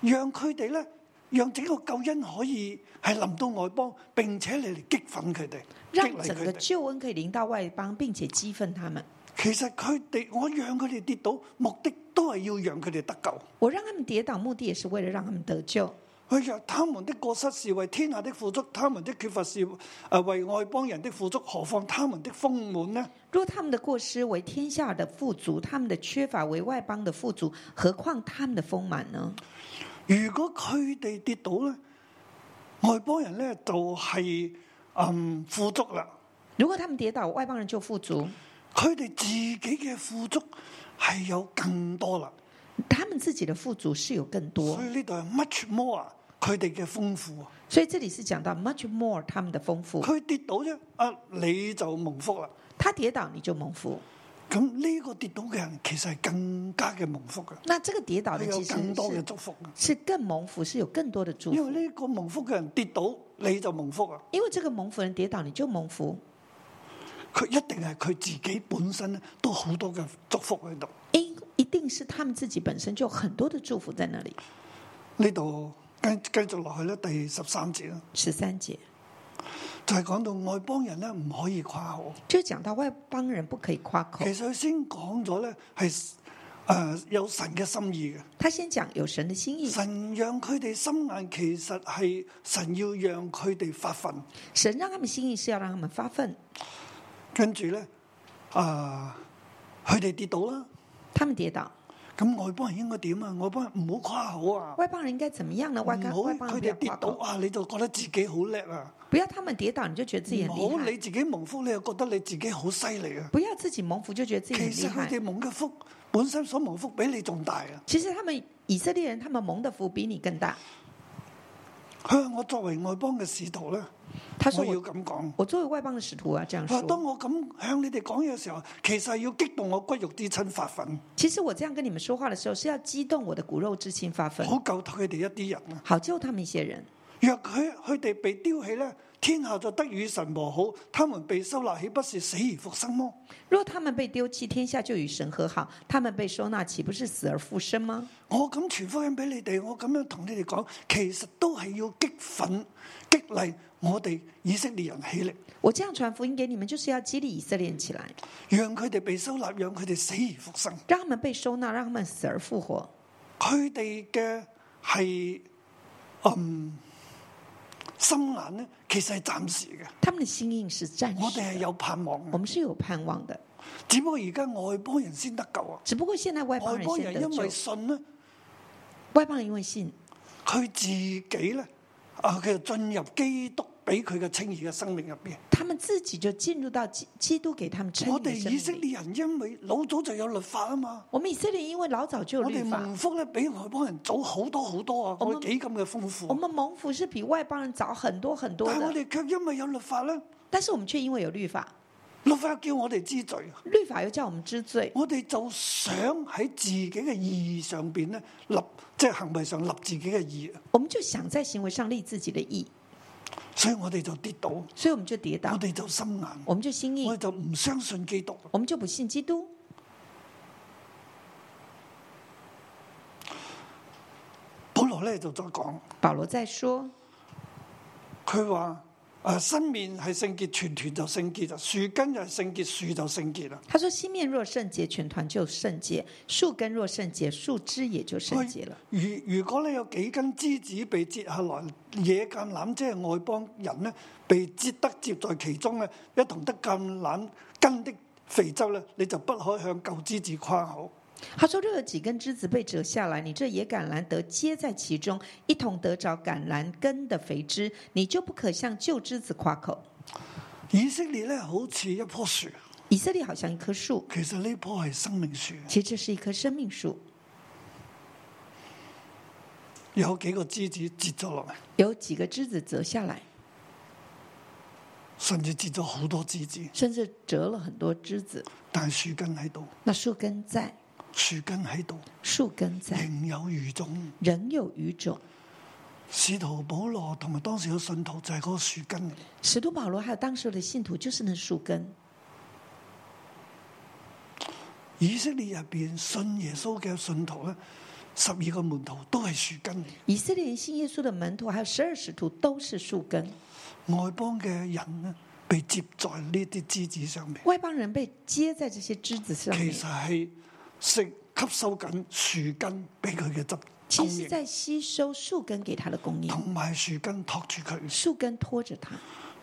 [SPEAKER 2] 讓佢哋咧，讓整個救恩可以係臨到外邦，並且嚟激憤佢哋，激
[SPEAKER 3] 让
[SPEAKER 2] 勵
[SPEAKER 3] 整
[SPEAKER 2] 佢
[SPEAKER 3] 个
[SPEAKER 2] 哋。
[SPEAKER 3] 救恩可以临到外邦，并且激愤他们。
[SPEAKER 2] 其實佢哋我讓佢哋跌倒，目的都係要讓佢哋得救。
[SPEAKER 3] 我让他们跌倒，目的也是为了让他们得救。
[SPEAKER 2] 佢若哎他們的過失是為天下的富足，他們的缺乏是誒為外邦人的富足，何況他們的豐滿呢？
[SPEAKER 3] 若他们的过失为天下的富足，他们的缺乏为外邦的富足，何况他们的丰满呢？
[SPEAKER 2] 如果佢哋跌倒咧，外邦人咧就係嗯富足啦。
[SPEAKER 3] 如果他们跌倒，外邦人就富足，
[SPEAKER 2] 佢哋自己嘅富足係有更多啦，
[SPEAKER 3] 他们自己的富足是有更多
[SPEAKER 2] 所。以呢度係 much more 啊佢哋嘅豐富啊。
[SPEAKER 3] 所以这里是讲到 much more 他们的丰富，
[SPEAKER 2] 佢跌倒啫，啊你就蒙福啦。
[SPEAKER 3] 他跌倒你就蒙福。
[SPEAKER 2] 咁呢個跌倒嘅人其實係更加嘅蒙福嘅，
[SPEAKER 3] 那这个跌倒
[SPEAKER 2] 佢
[SPEAKER 3] 的
[SPEAKER 2] 有
[SPEAKER 3] 其实
[SPEAKER 2] 更多嘅
[SPEAKER 3] 啊是
[SPEAKER 2] 祝福嘅。
[SPEAKER 3] 是更蒙福，是有更多的祝
[SPEAKER 2] 因為
[SPEAKER 3] 福。
[SPEAKER 2] 呢個蒙福嘅人跌倒，你就蒙福啊！
[SPEAKER 3] 因为这个蒙福人跌倒，你就蒙福，
[SPEAKER 2] 佢一定係佢自己本身咧都好多嘅祝福喺度。
[SPEAKER 3] 因一定是他们自己本身就很多的祝福在那里。
[SPEAKER 2] 呢度繼繼續落去咧，第十三節啦，
[SPEAKER 3] 十三节
[SPEAKER 2] 就係、講到外邦人咧唔可以誇口。
[SPEAKER 3] 就讲到外邦人不可以夸口
[SPEAKER 2] 其，實佢先講咗咧係誒有神嘅心意嘅，
[SPEAKER 3] 他先讲有神的心意，
[SPEAKER 2] 神讓佢哋心眼，其實係神要讓佢哋發奮。
[SPEAKER 3] 神让他们心意是要让他们发奋，
[SPEAKER 2] 跟住咧啊，佢哋跌倒啦，
[SPEAKER 3] 他们跌倒，
[SPEAKER 2] 啊咁外邦人應該點啊？外邦人唔好誇口啊！
[SPEAKER 3] 外邦人应该怎么样呢？外
[SPEAKER 2] 唔
[SPEAKER 3] 邦
[SPEAKER 2] 好
[SPEAKER 3] 外邦
[SPEAKER 2] 佢
[SPEAKER 3] 人不
[SPEAKER 2] 哋
[SPEAKER 3] 要
[SPEAKER 2] 跌
[SPEAKER 3] 夸
[SPEAKER 2] 倒
[SPEAKER 3] 口，
[SPEAKER 2] 啊，你就覺得自己好叻啊！
[SPEAKER 3] 不要他们跌倒你就觉得自己很
[SPEAKER 2] 唔
[SPEAKER 3] 厉
[SPEAKER 2] 好你
[SPEAKER 3] 害，
[SPEAKER 2] 自己蒙福，你又覺得你自己好犀利啊！
[SPEAKER 3] 不要自己蒙福就觉得自己很
[SPEAKER 2] 其
[SPEAKER 3] 厉
[SPEAKER 2] 實佢
[SPEAKER 3] 害
[SPEAKER 2] 哋。蒙嘅福本身所蒙福比你仲大啊！
[SPEAKER 3] 其实他们以色列人，他们蒙的福比你更大。
[SPEAKER 2] 佢話我作為外邦嘅使徒咧，
[SPEAKER 3] 他
[SPEAKER 2] 我
[SPEAKER 3] 说
[SPEAKER 2] 要
[SPEAKER 3] 我：“
[SPEAKER 2] 咁講。
[SPEAKER 3] 我作为外邦的使徒啊，这样
[SPEAKER 2] 佢話當
[SPEAKER 3] 说。
[SPEAKER 2] 我咁向你哋講嘢嘅時候，其實係要激動我骨肉之親發憤，
[SPEAKER 3] 其实我这样跟你们说话的时候，是要激动我的骨肉之情发奋，
[SPEAKER 2] 好救佢哋一啲人啊！
[SPEAKER 3] 好救他们一些人。
[SPEAKER 2] 若佢佢哋被丟棄咧，天下就得與神和好；他們被收納，豈不是死而復生麼？
[SPEAKER 3] 若他们被丢弃，天下就与神和好；他们被收纳，岂不是死而复生吗？
[SPEAKER 2] 我咁傳福音俾你哋，我咁樣同你哋講，其實都係要激憤、激勵我哋以色列人起力，
[SPEAKER 3] 我这样传福音给你们，就是要激励以色列人起来，
[SPEAKER 2] 讓佢哋被收納，讓佢哋死而復生。
[SPEAKER 3] 让他们被收纳，让他们死而复活。
[SPEAKER 2] 佢哋嘅係嗯心眼咧，其實係暫時嘅。
[SPEAKER 3] 他们的心硬是暂
[SPEAKER 2] 我
[SPEAKER 3] 时
[SPEAKER 2] 哋係
[SPEAKER 3] 的，
[SPEAKER 2] 有盼望
[SPEAKER 3] 我
[SPEAKER 2] 嘅，
[SPEAKER 3] 们是有盼望的。
[SPEAKER 2] 只不過而家外邦人先得救啊！
[SPEAKER 3] 只不过现在外邦
[SPEAKER 2] 外
[SPEAKER 3] 人
[SPEAKER 2] 邦
[SPEAKER 3] 先
[SPEAKER 2] 人
[SPEAKER 3] 得
[SPEAKER 2] 因
[SPEAKER 3] 救
[SPEAKER 2] 為，信咧，
[SPEAKER 3] 外邦人因为信，
[SPEAKER 2] 佢自己咧啊，佢就進入基督俾佢嘅稱義嘅生命入邊。
[SPEAKER 3] 他们自己就进入到基基督给他们称
[SPEAKER 2] 我
[SPEAKER 3] 义的
[SPEAKER 2] 哋
[SPEAKER 3] 生
[SPEAKER 2] 以色
[SPEAKER 3] 命里。
[SPEAKER 2] 列人因為老早就有律法啊嘛，
[SPEAKER 3] 我们以色列因为老早就有
[SPEAKER 2] 我
[SPEAKER 3] 律
[SPEAKER 2] 哋
[SPEAKER 3] 法，
[SPEAKER 2] 蒙福咧比外邦人早好多好多啊，
[SPEAKER 3] 我
[SPEAKER 2] 我
[SPEAKER 3] 們
[SPEAKER 2] 哋幾咁嘅豐
[SPEAKER 3] 我
[SPEAKER 2] 富。
[SPEAKER 3] 们蒙福是比外邦人早很多很多
[SPEAKER 2] 但係我
[SPEAKER 3] 的，
[SPEAKER 2] 哋卻因為有律法咧，
[SPEAKER 3] 但是我们却因为有律法，
[SPEAKER 2] 律法叫我哋知罪，啊
[SPEAKER 3] 律法又叫我们知罪，
[SPEAKER 2] 我哋就想喺自己嘅意義上邊咧立，即係行為上立自己嘅啊義，
[SPEAKER 3] 我们就想在行为上立自己的义，
[SPEAKER 2] 所以我哋就跌倒，我
[SPEAKER 3] 所以我们就跌倒，
[SPEAKER 2] 哋就心硬，
[SPEAKER 3] 我们就心
[SPEAKER 2] 我哋，
[SPEAKER 3] 硬
[SPEAKER 2] 就唔相信基督。
[SPEAKER 3] 我们就不信基督。
[SPEAKER 2] 保羅咧就再講。
[SPEAKER 3] 保罗在说，
[SPEAKER 2] 佢話：誒新面係聖潔，全團就聖潔啦；樹根又係聖潔，樹就聖潔啦。
[SPEAKER 3] 他说：“心面若圣洁，全团就圣洁；树根若圣洁，树枝也就圣洁了。
[SPEAKER 2] 如如果咧有幾根枝子被折下來，野橄欖即係外邦人呢，被折得接在其中咧，一同得橄欖根的肥洲咧，你就不可向舊枝子誇口。
[SPEAKER 3] 他说：“若有几根枝子被折下来，你这野橄榄得接在其中，一同得着橄榄根的肥枝，你就不可向旧枝子夸口。
[SPEAKER 2] 以色列咧好似一棵樹，
[SPEAKER 3] 以色列好像一棵树，
[SPEAKER 2] 其實呢棵係生命樹，
[SPEAKER 3] 其实这是一棵生命树，
[SPEAKER 2] 有幾個枝子折咗落嚟，
[SPEAKER 3] 有几个枝子折下来，
[SPEAKER 2] 甚至折咗好多枝子，
[SPEAKER 3] 甚至折了很多枝子。
[SPEAKER 2] 但係樹根喺度，
[SPEAKER 3] 那树根在，
[SPEAKER 2] 樹根喺度，
[SPEAKER 3] 树根在，
[SPEAKER 2] 仍有餘種。
[SPEAKER 3] 仍有余种。
[SPEAKER 2] 使徒保羅同埋當時嘅信徒就係嗰個樹根，
[SPEAKER 3] 使徒保罗还有当时的信徒就是那树根。
[SPEAKER 2] 以色列入邊信耶穌嘅信徒咧，十二個門徒都係樹根，
[SPEAKER 3] 以色列人信耶稣的门徒还有十二使徒都是树根，
[SPEAKER 2] 外邦嘅人咧被接在呢啲枝子上面，
[SPEAKER 3] 外邦人被接在这些枝子上
[SPEAKER 2] 其
[SPEAKER 3] 面。
[SPEAKER 2] 實係食吸收緊樹根俾佢嘅汁
[SPEAKER 3] 其
[SPEAKER 2] 供
[SPEAKER 3] 实，
[SPEAKER 2] 應，
[SPEAKER 3] 在吸收树根给他的供应，
[SPEAKER 2] 同埋樹根托住佢，
[SPEAKER 3] 树根拖着他，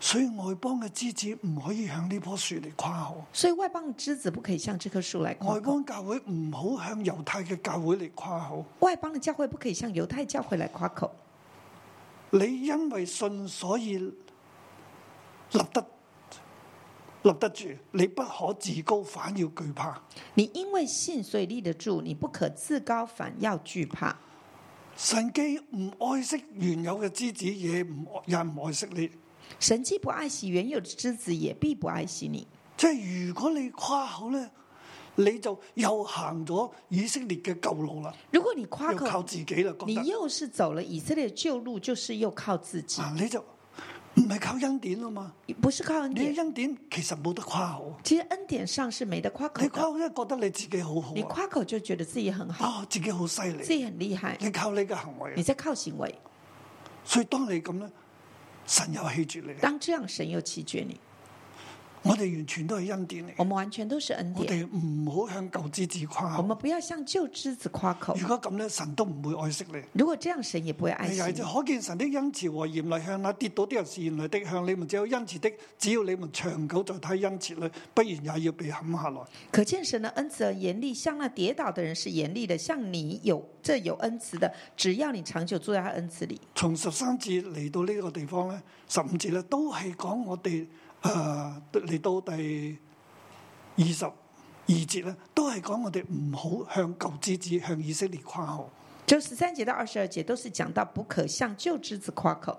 [SPEAKER 2] 所以外邦嘅枝子唔可以向呢棵樹嚟誇口，
[SPEAKER 3] 所以外邦枝子不可以向这棵树来夸
[SPEAKER 2] 外
[SPEAKER 3] 口，
[SPEAKER 2] 邦教會唔好向猶太嘅教會嚟誇口。
[SPEAKER 3] 外邦的教会不可以向犹太教会来夸口。
[SPEAKER 2] 你因為信所以立得立得住，你不可自高，反要懼怕。
[SPEAKER 3] 你因为信，所以立得住；你不可自高，反要惧怕。
[SPEAKER 2] 神既唔愛惜原有嘅枝子，也唔也唔愛惜你。
[SPEAKER 3] 神既不爱惜原有的枝子，也必不爱惜你。
[SPEAKER 2] 即係如果你夸口咧，你就又行咗以色列嘅舊路啦，
[SPEAKER 3] 如果你夸
[SPEAKER 2] 要靠
[SPEAKER 3] 口，
[SPEAKER 2] 自己啦，覺
[SPEAKER 3] 你
[SPEAKER 2] 得
[SPEAKER 3] 又是走了以色列的旧路，就是又靠自己，
[SPEAKER 2] 啊你就唔係靠恩典啊嘛。
[SPEAKER 3] 不是靠恩
[SPEAKER 2] 你
[SPEAKER 3] 典
[SPEAKER 2] 嘅。恩典其實冇得夸口，
[SPEAKER 3] 其实恩典上是没得夸口
[SPEAKER 2] 你夸
[SPEAKER 3] 的，
[SPEAKER 2] 口啊咧覺得你自己好好
[SPEAKER 3] 你
[SPEAKER 2] 啊，
[SPEAKER 3] 夸口就觉得自己很好，
[SPEAKER 2] 啊自己好犀
[SPEAKER 3] 自
[SPEAKER 2] 利，
[SPEAKER 3] 己很厉害，
[SPEAKER 2] 你靠你嘅行為啊
[SPEAKER 3] 你。在靠行为。
[SPEAKER 2] 所以當你咁咧，神又棄絕你。
[SPEAKER 3] 当这样，神又弃绝你。
[SPEAKER 2] 我哋完全都係恩典嚟
[SPEAKER 3] 我
[SPEAKER 2] 嘅，
[SPEAKER 3] 们完全都是恩
[SPEAKER 2] 我
[SPEAKER 3] 典，
[SPEAKER 2] 哋唔好向舊枝子誇
[SPEAKER 3] 我
[SPEAKER 2] 口。
[SPEAKER 3] 们不要向旧枝子夸口。
[SPEAKER 2] 如果咁咧，神都唔會愛惜你。
[SPEAKER 3] 如果这样，神也不会爱
[SPEAKER 2] 你
[SPEAKER 3] 惜
[SPEAKER 2] 又
[SPEAKER 3] 你。
[SPEAKER 2] 係可見神的恩慈和嚴厲向那跌倒的人是嚴厲的，向你們只有恩慈的，只要你們長久在他恩慈裏，不然也要被冚下來。
[SPEAKER 3] 可见神的恩慈和严厉，向那跌倒的人是严厉的，像你有这有恩慈的，只要你长久住在他恩慈里。
[SPEAKER 2] 從十三節嚟到呢個地方咧，十五節咧都係講我哋誒嚟到第二十二節咧，都係講我哋唔好向舊枝子向以色列誇口。
[SPEAKER 3] 就十三节到二十二节都是讲到不可向旧枝子夸口。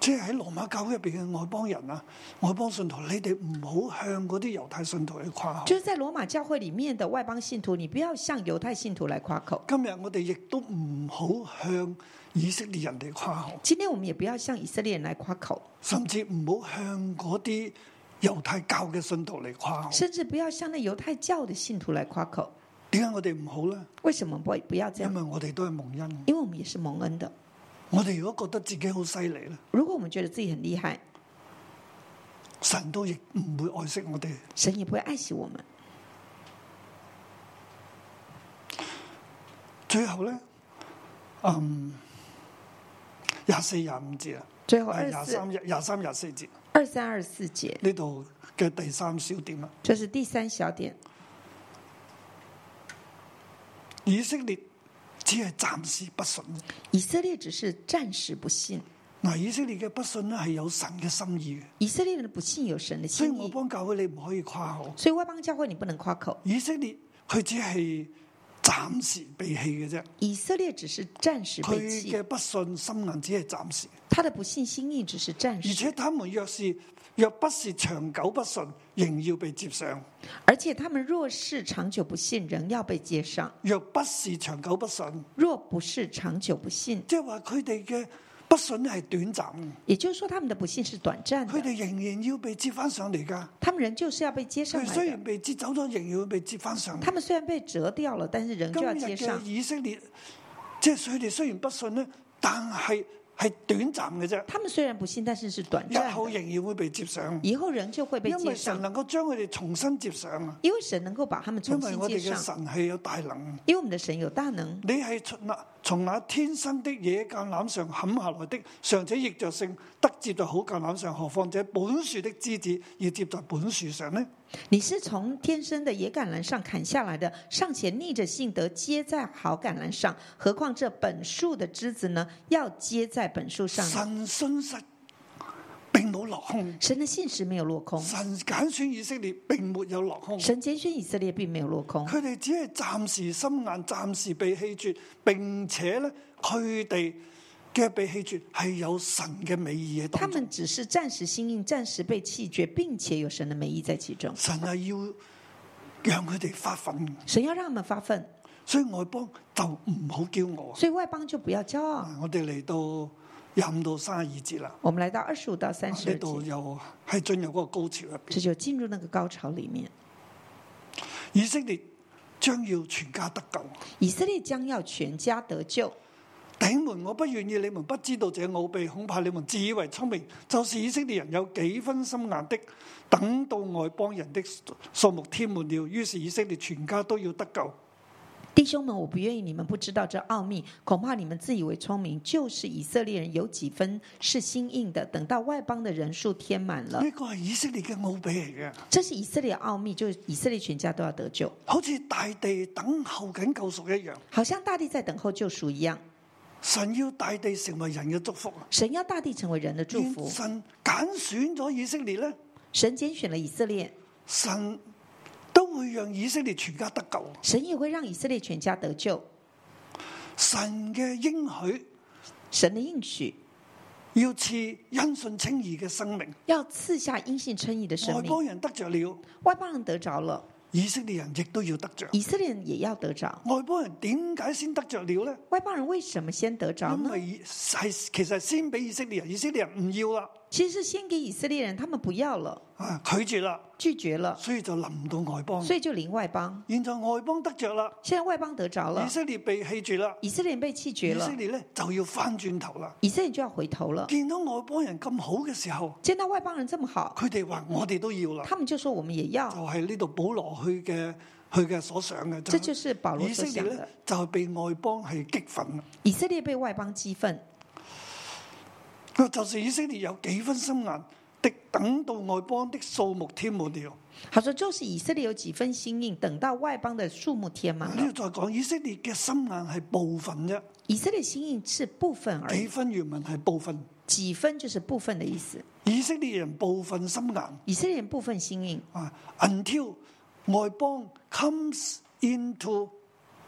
[SPEAKER 2] 即係喺羅馬教會入邊嘅外邦人啊，外邦信徒，你哋唔好向嗰啲猶太信徒去誇口。
[SPEAKER 3] 就是在罗马教会里面的外邦信徒，你不要向犹太信徒来夸口。
[SPEAKER 2] 今日我哋亦都唔好向以色列人嚟誇口，
[SPEAKER 3] 今天我们也不要向以色列人来夸口，
[SPEAKER 2] 甚至唔好向嗰啲猶太教嘅信徒嚟誇口。
[SPEAKER 3] 甚至不要向那猶太教的信徒来夸口。
[SPEAKER 2] 點解我哋唔好呢？
[SPEAKER 3] 为什么不不要这
[SPEAKER 2] 因
[SPEAKER 3] 样？
[SPEAKER 2] 為我哋都係蒙恩。
[SPEAKER 3] 因为我们也是蒙恩的。
[SPEAKER 2] 我哋如果覺得自己好犀利咧，
[SPEAKER 3] 如果我们觉得自己很厉害，
[SPEAKER 2] 神都亦唔會愛惜我哋。
[SPEAKER 3] 神也不会爱惜我们。
[SPEAKER 2] 最後呢，嗯，廿四廿五節啊，
[SPEAKER 3] 最后二
[SPEAKER 2] 廿
[SPEAKER 3] 四、
[SPEAKER 2] 三廿三廿四節
[SPEAKER 3] 二三、二四节，
[SPEAKER 2] 呢度嘅第三小點啊。
[SPEAKER 3] 这是第三小点。
[SPEAKER 2] 以色列只係暫時不信，
[SPEAKER 3] 以色列只是暂时不信，
[SPEAKER 2] 嗱，以色列嘅不信咧係有神嘅心意嘅，
[SPEAKER 3] 以色列人的不信有神的
[SPEAKER 2] 所以
[SPEAKER 3] 心
[SPEAKER 2] 我
[SPEAKER 3] 意，
[SPEAKER 2] 幫教會你唔可以誇口。
[SPEAKER 3] 所以外邦教會你不能夸口。
[SPEAKER 2] 以色列佢只係暫時被棄嘅啫，
[SPEAKER 3] 以色列只是暂时
[SPEAKER 2] 佢
[SPEAKER 3] 被
[SPEAKER 2] 嘅
[SPEAKER 3] 棄，
[SPEAKER 2] 不信心硬只係暫時，
[SPEAKER 3] 他的不信心意只是暂
[SPEAKER 2] 而
[SPEAKER 3] 时，
[SPEAKER 2] 且他們若是若不是長久不信，仍要被接上；
[SPEAKER 3] 而且他们若是长久不信，仍要被接上；
[SPEAKER 2] 若不是長久不信，
[SPEAKER 3] 若不是长久不信，
[SPEAKER 2] 即係話佢哋嘅不信係短暫，
[SPEAKER 3] 也就是说他们的不信是短暂
[SPEAKER 2] 佢
[SPEAKER 3] 的，
[SPEAKER 2] 哋仍然要被接翻上嚟㗎。
[SPEAKER 3] 他们人就是要被接上
[SPEAKER 2] 佢
[SPEAKER 3] 来
[SPEAKER 2] 雖
[SPEAKER 3] 的
[SPEAKER 2] 然。被接走咗，仍然要被接翻上嚟
[SPEAKER 3] 他。们虽然被折掉了，但是仍
[SPEAKER 2] 今
[SPEAKER 3] 旧要
[SPEAKER 2] 日
[SPEAKER 3] 接上
[SPEAKER 2] 嘅。以色列，即係佢哋雖然不信咧，但係係短暫嘅啫，
[SPEAKER 3] 他们虽然不信，但是是短
[SPEAKER 2] 日
[SPEAKER 3] 暂
[SPEAKER 2] 後
[SPEAKER 3] 的，
[SPEAKER 2] 仍然會被接上，
[SPEAKER 3] 以后仍旧会被
[SPEAKER 2] 因
[SPEAKER 3] 接
[SPEAKER 2] 為神
[SPEAKER 3] 上，
[SPEAKER 2] 能夠將佢哋重新接上啊！
[SPEAKER 3] 因为神能够把他们
[SPEAKER 2] 因
[SPEAKER 3] 重
[SPEAKER 2] 為
[SPEAKER 3] 新
[SPEAKER 2] 我
[SPEAKER 3] 接
[SPEAKER 2] 哋嘅
[SPEAKER 3] 上。
[SPEAKER 2] 神係有大能，
[SPEAKER 3] 因为我们的神有大能，
[SPEAKER 2] 你係從那從那天生的野橄欖上砍下來的，尚且逆着性得接在好橄欖上，何況這本樹的枝子要接在本樹上呢？
[SPEAKER 3] 你是从天生的野橄榄上砍下来的，尚且逆着性德接在好橄榄上，何况这本树的枝子呢？要接在本树上。
[SPEAKER 2] 神信實並冇落空，
[SPEAKER 3] 神的信实没有落空，
[SPEAKER 2] 神揀選以色列並沒有落空。
[SPEAKER 3] 神拣选以色列并没有落空，
[SPEAKER 2] 佢哋只係暫時心硬，暫時被棄絕，並且咧佢哋嘅被棄絕係有神嘅美意喺
[SPEAKER 3] 他
[SPEAKER 2] 當中。
[SPEAKER 3] 们只是暂时心硬，暂时被弃绝，并且有神的美意在其中。
[SPEAKER 2] 神係要讓佢哋發奮，
[SPEAKER 3] 神要让他们发奋，
[SPEAKER 2] 所以外邦就唔好驕傲。
[SPEAKER 3] 所以外邦就不要骄傲。
[SPEAKER 2] 啊我哋嚟到廿五到三十二節啦，
[SPEAKER 3] 我们来到二十五到三十
[SPEAKER 2] 呢
[SPEAKER 3] 二节
[SPEAKER 2] 度。又係進入嗰個高潮入邊。
[SPEAKER 3] 这就进入那个高潮里面。
[SPEAKER 2] 以色列將要全家得救。
[SPEAKER 3] 以色列将要全家得救。
[SPEAKER 2] 弟兄們，我不願意你們不知道這奧秘，恐怕你們自以為聰明，就是以色列人有幾分心硬的，等到外邦人的數目添滿了，於是以色列全家都要得救。
[SPEAKER 3] 弟兄们，我不愿意你们不知道这奥秘，恐怕你们自以为聪明。就是以色列人有几分是心硬的，等到外邦的人数填满了，
[SPEAKER 2] 呢個係以色列嘅奧秘嚟嘅，
[SPEAKER 3] 这是以色列奥秘，就是以色列全家都要得救，
[SPEAKER 2] 好似大地等候緊救贖一樣。
[SPEAKER 3] 好像大地在等候救赎一样。
[SPEAKER 2] 神要大地成為人嘅祝福啊！
[SPEAKER 3] 神要大地成为人的祝福，
[SPEAKER 2] 神揀選咗以色列呢，
[SPEAKER 3] 神拣选了以色列，
[SPEAKER 2] 神都會讓以色列全家得救。
[SPEAKER 3] 神也会让以色列全家得救。
[SPEAKER 2] 神嘅應許
[SPEAKER 3] 神的应许
[SPEAKER 2] 要賜因信稱義嘅生命，
[SPEAKER 3] 要赐下因信称义的生
[SPEAKER 2] 外
[SPEAKER 3] 命，
[SPEAKER 2] 邦人得着了。
[SPEAKER 3] 外邦人得着了，
[SPEAKER 2] 以色列人亦都要得着。
[SPEAKER 3] 以色列人也要得着。
[SPEAKER 2] 外邦人點解先得着了呢？
[SPEAKER 3] 外邦人为什么先得着
[SPEAKER 2] 因
[SPEAKER 3] 呢？
[SPEAKER 2] 為係其實先俾以色列人，以色列人唔要啦，
[SPEAKER 3] 其实是先给以色列人，他们不要了，
[SPEAKER 2] 啊拒絕啦，
[SPEAKER 3] 拒绝了，
[SPEAKER 2] 所以就臨到外邦。
[SPEAKER 3] 所以就临外邦。
[SPEAKER 2] 現在外邦得着啦，
[SPEAKER 3] 现在外邦得着了
[SPEAKER 2] 以，色列被棄絕啦，
[SPEAKER 3] 以色列人被弃
[SPEAKER 2] 以
[SPEAKER 3] 绝
[SPEAKER 2] 色
[SPEAKER 3] 了，
[SPEAKER 2] 列咧就要翻轉頭啦。
[SPEAKER 3] 以色列人就要回头了。
[SPEAKER 2] 見到外邦人咁好嘅時候，
[SPEAKER 3] 见到外邦人这么好，
[SPEAKER 2] 佢哋話我哋都要啦，
[SPEAKER 3] 他们就说我们也
[SPEAKER 2] 就
[SPEAKER 3] 要。
[SPEAKER 2] 係呢度保羅去嘅佢嘅所想嘅。
[SPEAKER 3] 这
[SPEAKER 2] 就
[SPEAKER 3] 就是保罗
[SPEAKER 2] 以
[SPEAKER 3] 所
[SPEAKER 2] 色列
[SPEAKER 3] 想的
[SPEAKER 2] 咧。就係被外邦係激憤啦。
[SPEAKER 3] 以色列被外邦激愤，
[SPEAKER 2] 佢就是以色列有幾分心眼的，等到外邦的數目添滿了。
[SPEAKER 3] 他说就是以色列有几分心硬，等到外邦的数目填满
[SPEAKER 2] 呢
[SPEAKER 3] 了。
[SPEAKER 2] 度再講以色列嘅心眼係部分啫，
[SPEAKER 3] 以色列心硬是部分而
[SPEAKER 2] 幾
[SPEAKER 3] 已，
[SPEAKER 2] 分原文係部分。
[SPEAKER 3] 几分就是部分的意思。
[SPEAKER 2] 以色列人部分心眼
[SPEAKER 3] 以色列人部分心硬
[SPEAKER 2] 啊，until 外邦 comes into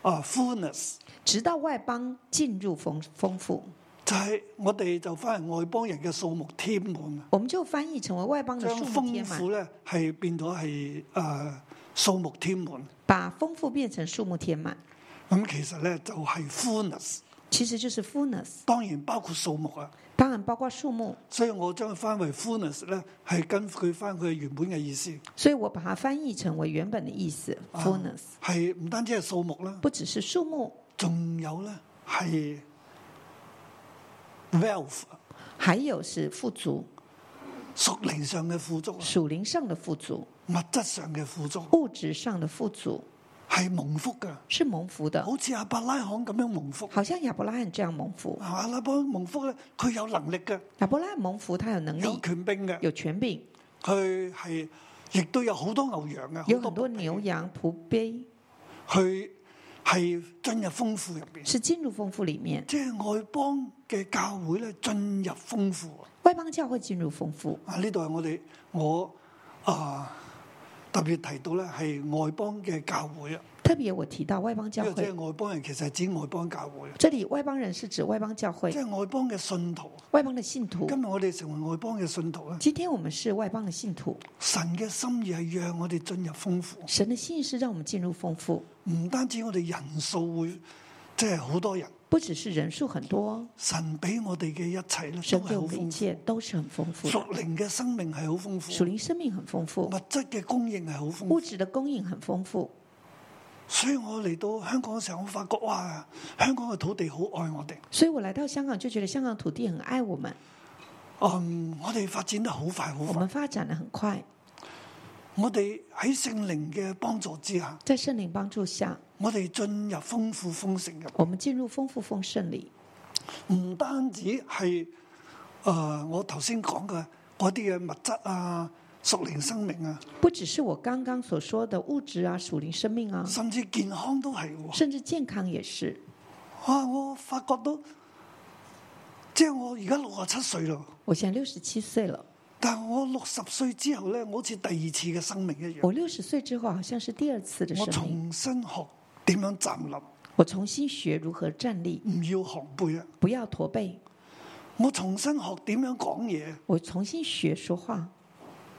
[SPEAKER 2] 啊 fullness，
[SPEAKER 3] 直到外邦进入丰丰富，
[SPEAKER 2] 就係我哋就翻嚟外邦人嘅數目添滿，啊
[SPEAKER 3] 我们就翻译成为外邦的
[SPEAKER 2] 將
[SPEAKER 3] 数目
[SPEAKER 2] 豐
[SPEAKER 3] 填满
[SPEAKER 2] 富，咧係變咗係誒數目添滿。
[SPEAKER 3] 把丰富变成数目填满，
[SPEAKER 2] 咁其實咧就係 fullness，
[SPEAKER 3] 其实就是 fullness，
[SPEAKER 2] 當然包括數目啊。
[SPEAKER 3] 当然包括数目，
[SPEAKER 2] 所以我將佢翻為 fullness 咧，係根據翻佢原本嘅意思，
[SPEAKER 3] 所以我把它翻译成为原本的意思
[SPEAKER 2] 啊
[SPEAKER 3] ，fullness
[SPEAKER 2] 係唔單止係數目啦，
[SPEAKER 3] 不只是数目，
[SPEAKER 2] 仲有咧係 wealth
[SPEAKER 3] 还有是富足，
[SPEAKER 2] 屬靈上嘅富足啊，
[SPEAKER 3] 属灵上的富足，
[SPEAKER 2] 物質上嘅富足
[SPEAKER 3] 物质上的富足
[SPEAKER 2] 係蒙福㗎，
[SPEAKER 3] 是蒙福的，
[SPEAKER 2] 好似阿伯拉罕咁樣蒙福。
[SPEAKER 3] 好像亚伯拉罕这样蒙福，
[SPEAKER 2] 阿拉伯蒙福咧，佢有能力嘅，
[SPEAKER 3] 亚伯拉罕蒙福，他有能
[SPEAKER 2] 有
[SPEAKER 3] 力，
[SPEAKER 2] 權柄嘅，
[SPEAKER 3] 有权柄，
[SPEAKER 2] 佢係亦都有好多牛羊嘅，
[SPEAKER 3] 有
[SPEAKER 2] 好
[SPEAKER 3] 很多牛羊仆婢，
[SPEAKER 2] 佢係進入豐富入邊，
[SPEAKER 3] 是进入丰富里面。
[SPEAKER 2] 即係外邦嘅教會咧進入豐富
[SPEAKER 3] 外邦教會进入丰富，
[SPEAKER 2] 啊！呢度係我哋我啊特別提到咧係外邦嘅教會啊，
[SPEAKER 3] 特别我提到外邦
[SPEAKER 2] 因
[SPEAKER 3] 教
[SPEAKER 2] 為即
[SPEAKER 3] 會，
[SPEAKER 2] 係外邦人其實係指外邦教會，啊
[SPEAKER 3] 这里外邦人是指外邦教會
[SPEAKER 2] 即、係外邦嘅信徒。
[SPEAKER 3] 外邦的信徒。
[SPEAKER 2] 今日我哋成為外邦嘅信徒咧，
[SPEAKER 3] 今天我們是外邦的信徒，
[SPEAKER 2] 神嘅心意係讓我哋進入豐富，
[SPEAKER 3] 神的心意是讓我們进入丰富，
[SPEAKER 2] 唔單止我哋人數會即係好多人，
[SPEAKER 3] 不只是人數很多，
[SPEAKER 2] 神俾我哋嘅一切咧
[SPEAKER 3] 神
[SPEAKER 2] 都
[SPEAKER 3] 給
[SPEAKER 2] 係好
[SPEAKER 3] 我們的一
[SPEAKER 2] 豐
[SPEAKER 3] 切都是很豐
[SPEAKER 2] 富，
[SPEAKER 3] 富的，
[SPEAKER 2] 屬靈嘅生命係好豐富，
[SPEAKER 3] 屬靈生命很豐富
[SPEAKER 2] 物，質嘅供應係好豐
[SPEAKER 3] 物
[SPEAKER 2] 富。
[SPEAKER 3] 質的供應很豐富。
[SPEAKER 2] 所以我嚟到香港嘅時候，我發覺哇，香港嘅土地好愛我哋。
[SPEAKER 3] 所以我來到香港就覺得香港土地很愛我們，
[SPEAKER 2] 嗯，我哋發展得好快好
[SPEAKER 3] 我
[SPEAKER 2] 快
[SPEAKER 3] 們。發展得很快，
[SPEAKER 2] 我哋喺聖靈嘅幫助之下，
[SPEAKER 3] 在聖靈幫助下，
[SPEAKER 2] 我哋進入豐富豐盛入。
[SPEAKER 3] 我們進入豐富豐盛里。
[SPEAKER 2] 唔單止係誒、呃我頭先講嘅嗰啲嘅物質啊、屬靈生命啊，
[SPEAKER 3] 不只是我剛剛所說的物質啊、屬靈生命啊，
[SPEAKER 2] 甚至健康都係喎。
[SPEAKER 3] 甚至健康也是。
[SPEAKER 2] 啊，我發覺到，即係我而家六十七歲咯，
[SPEAKER 3] 我現在六十七歲了，
[SPEAKER 2] 但係我六十歲之後咧，我好似第二次嘅生命一樣，
[SPEAKER 3] 我六十歲之後好像是第二次的
[SPEAKER 2] 我
[SPEAKER 3] 生命，
[SPEAKER 2] 重新學點樣站立，
[SPEAKER 3] 我重新學如何站立，
[SPEAKER 2] 唔要學背啊！
[SPEAKER 3] 不要駝背，
[SPEAKER 2] 我重新學點樣講嘢
[SPEAKER 3] 我重新學說話。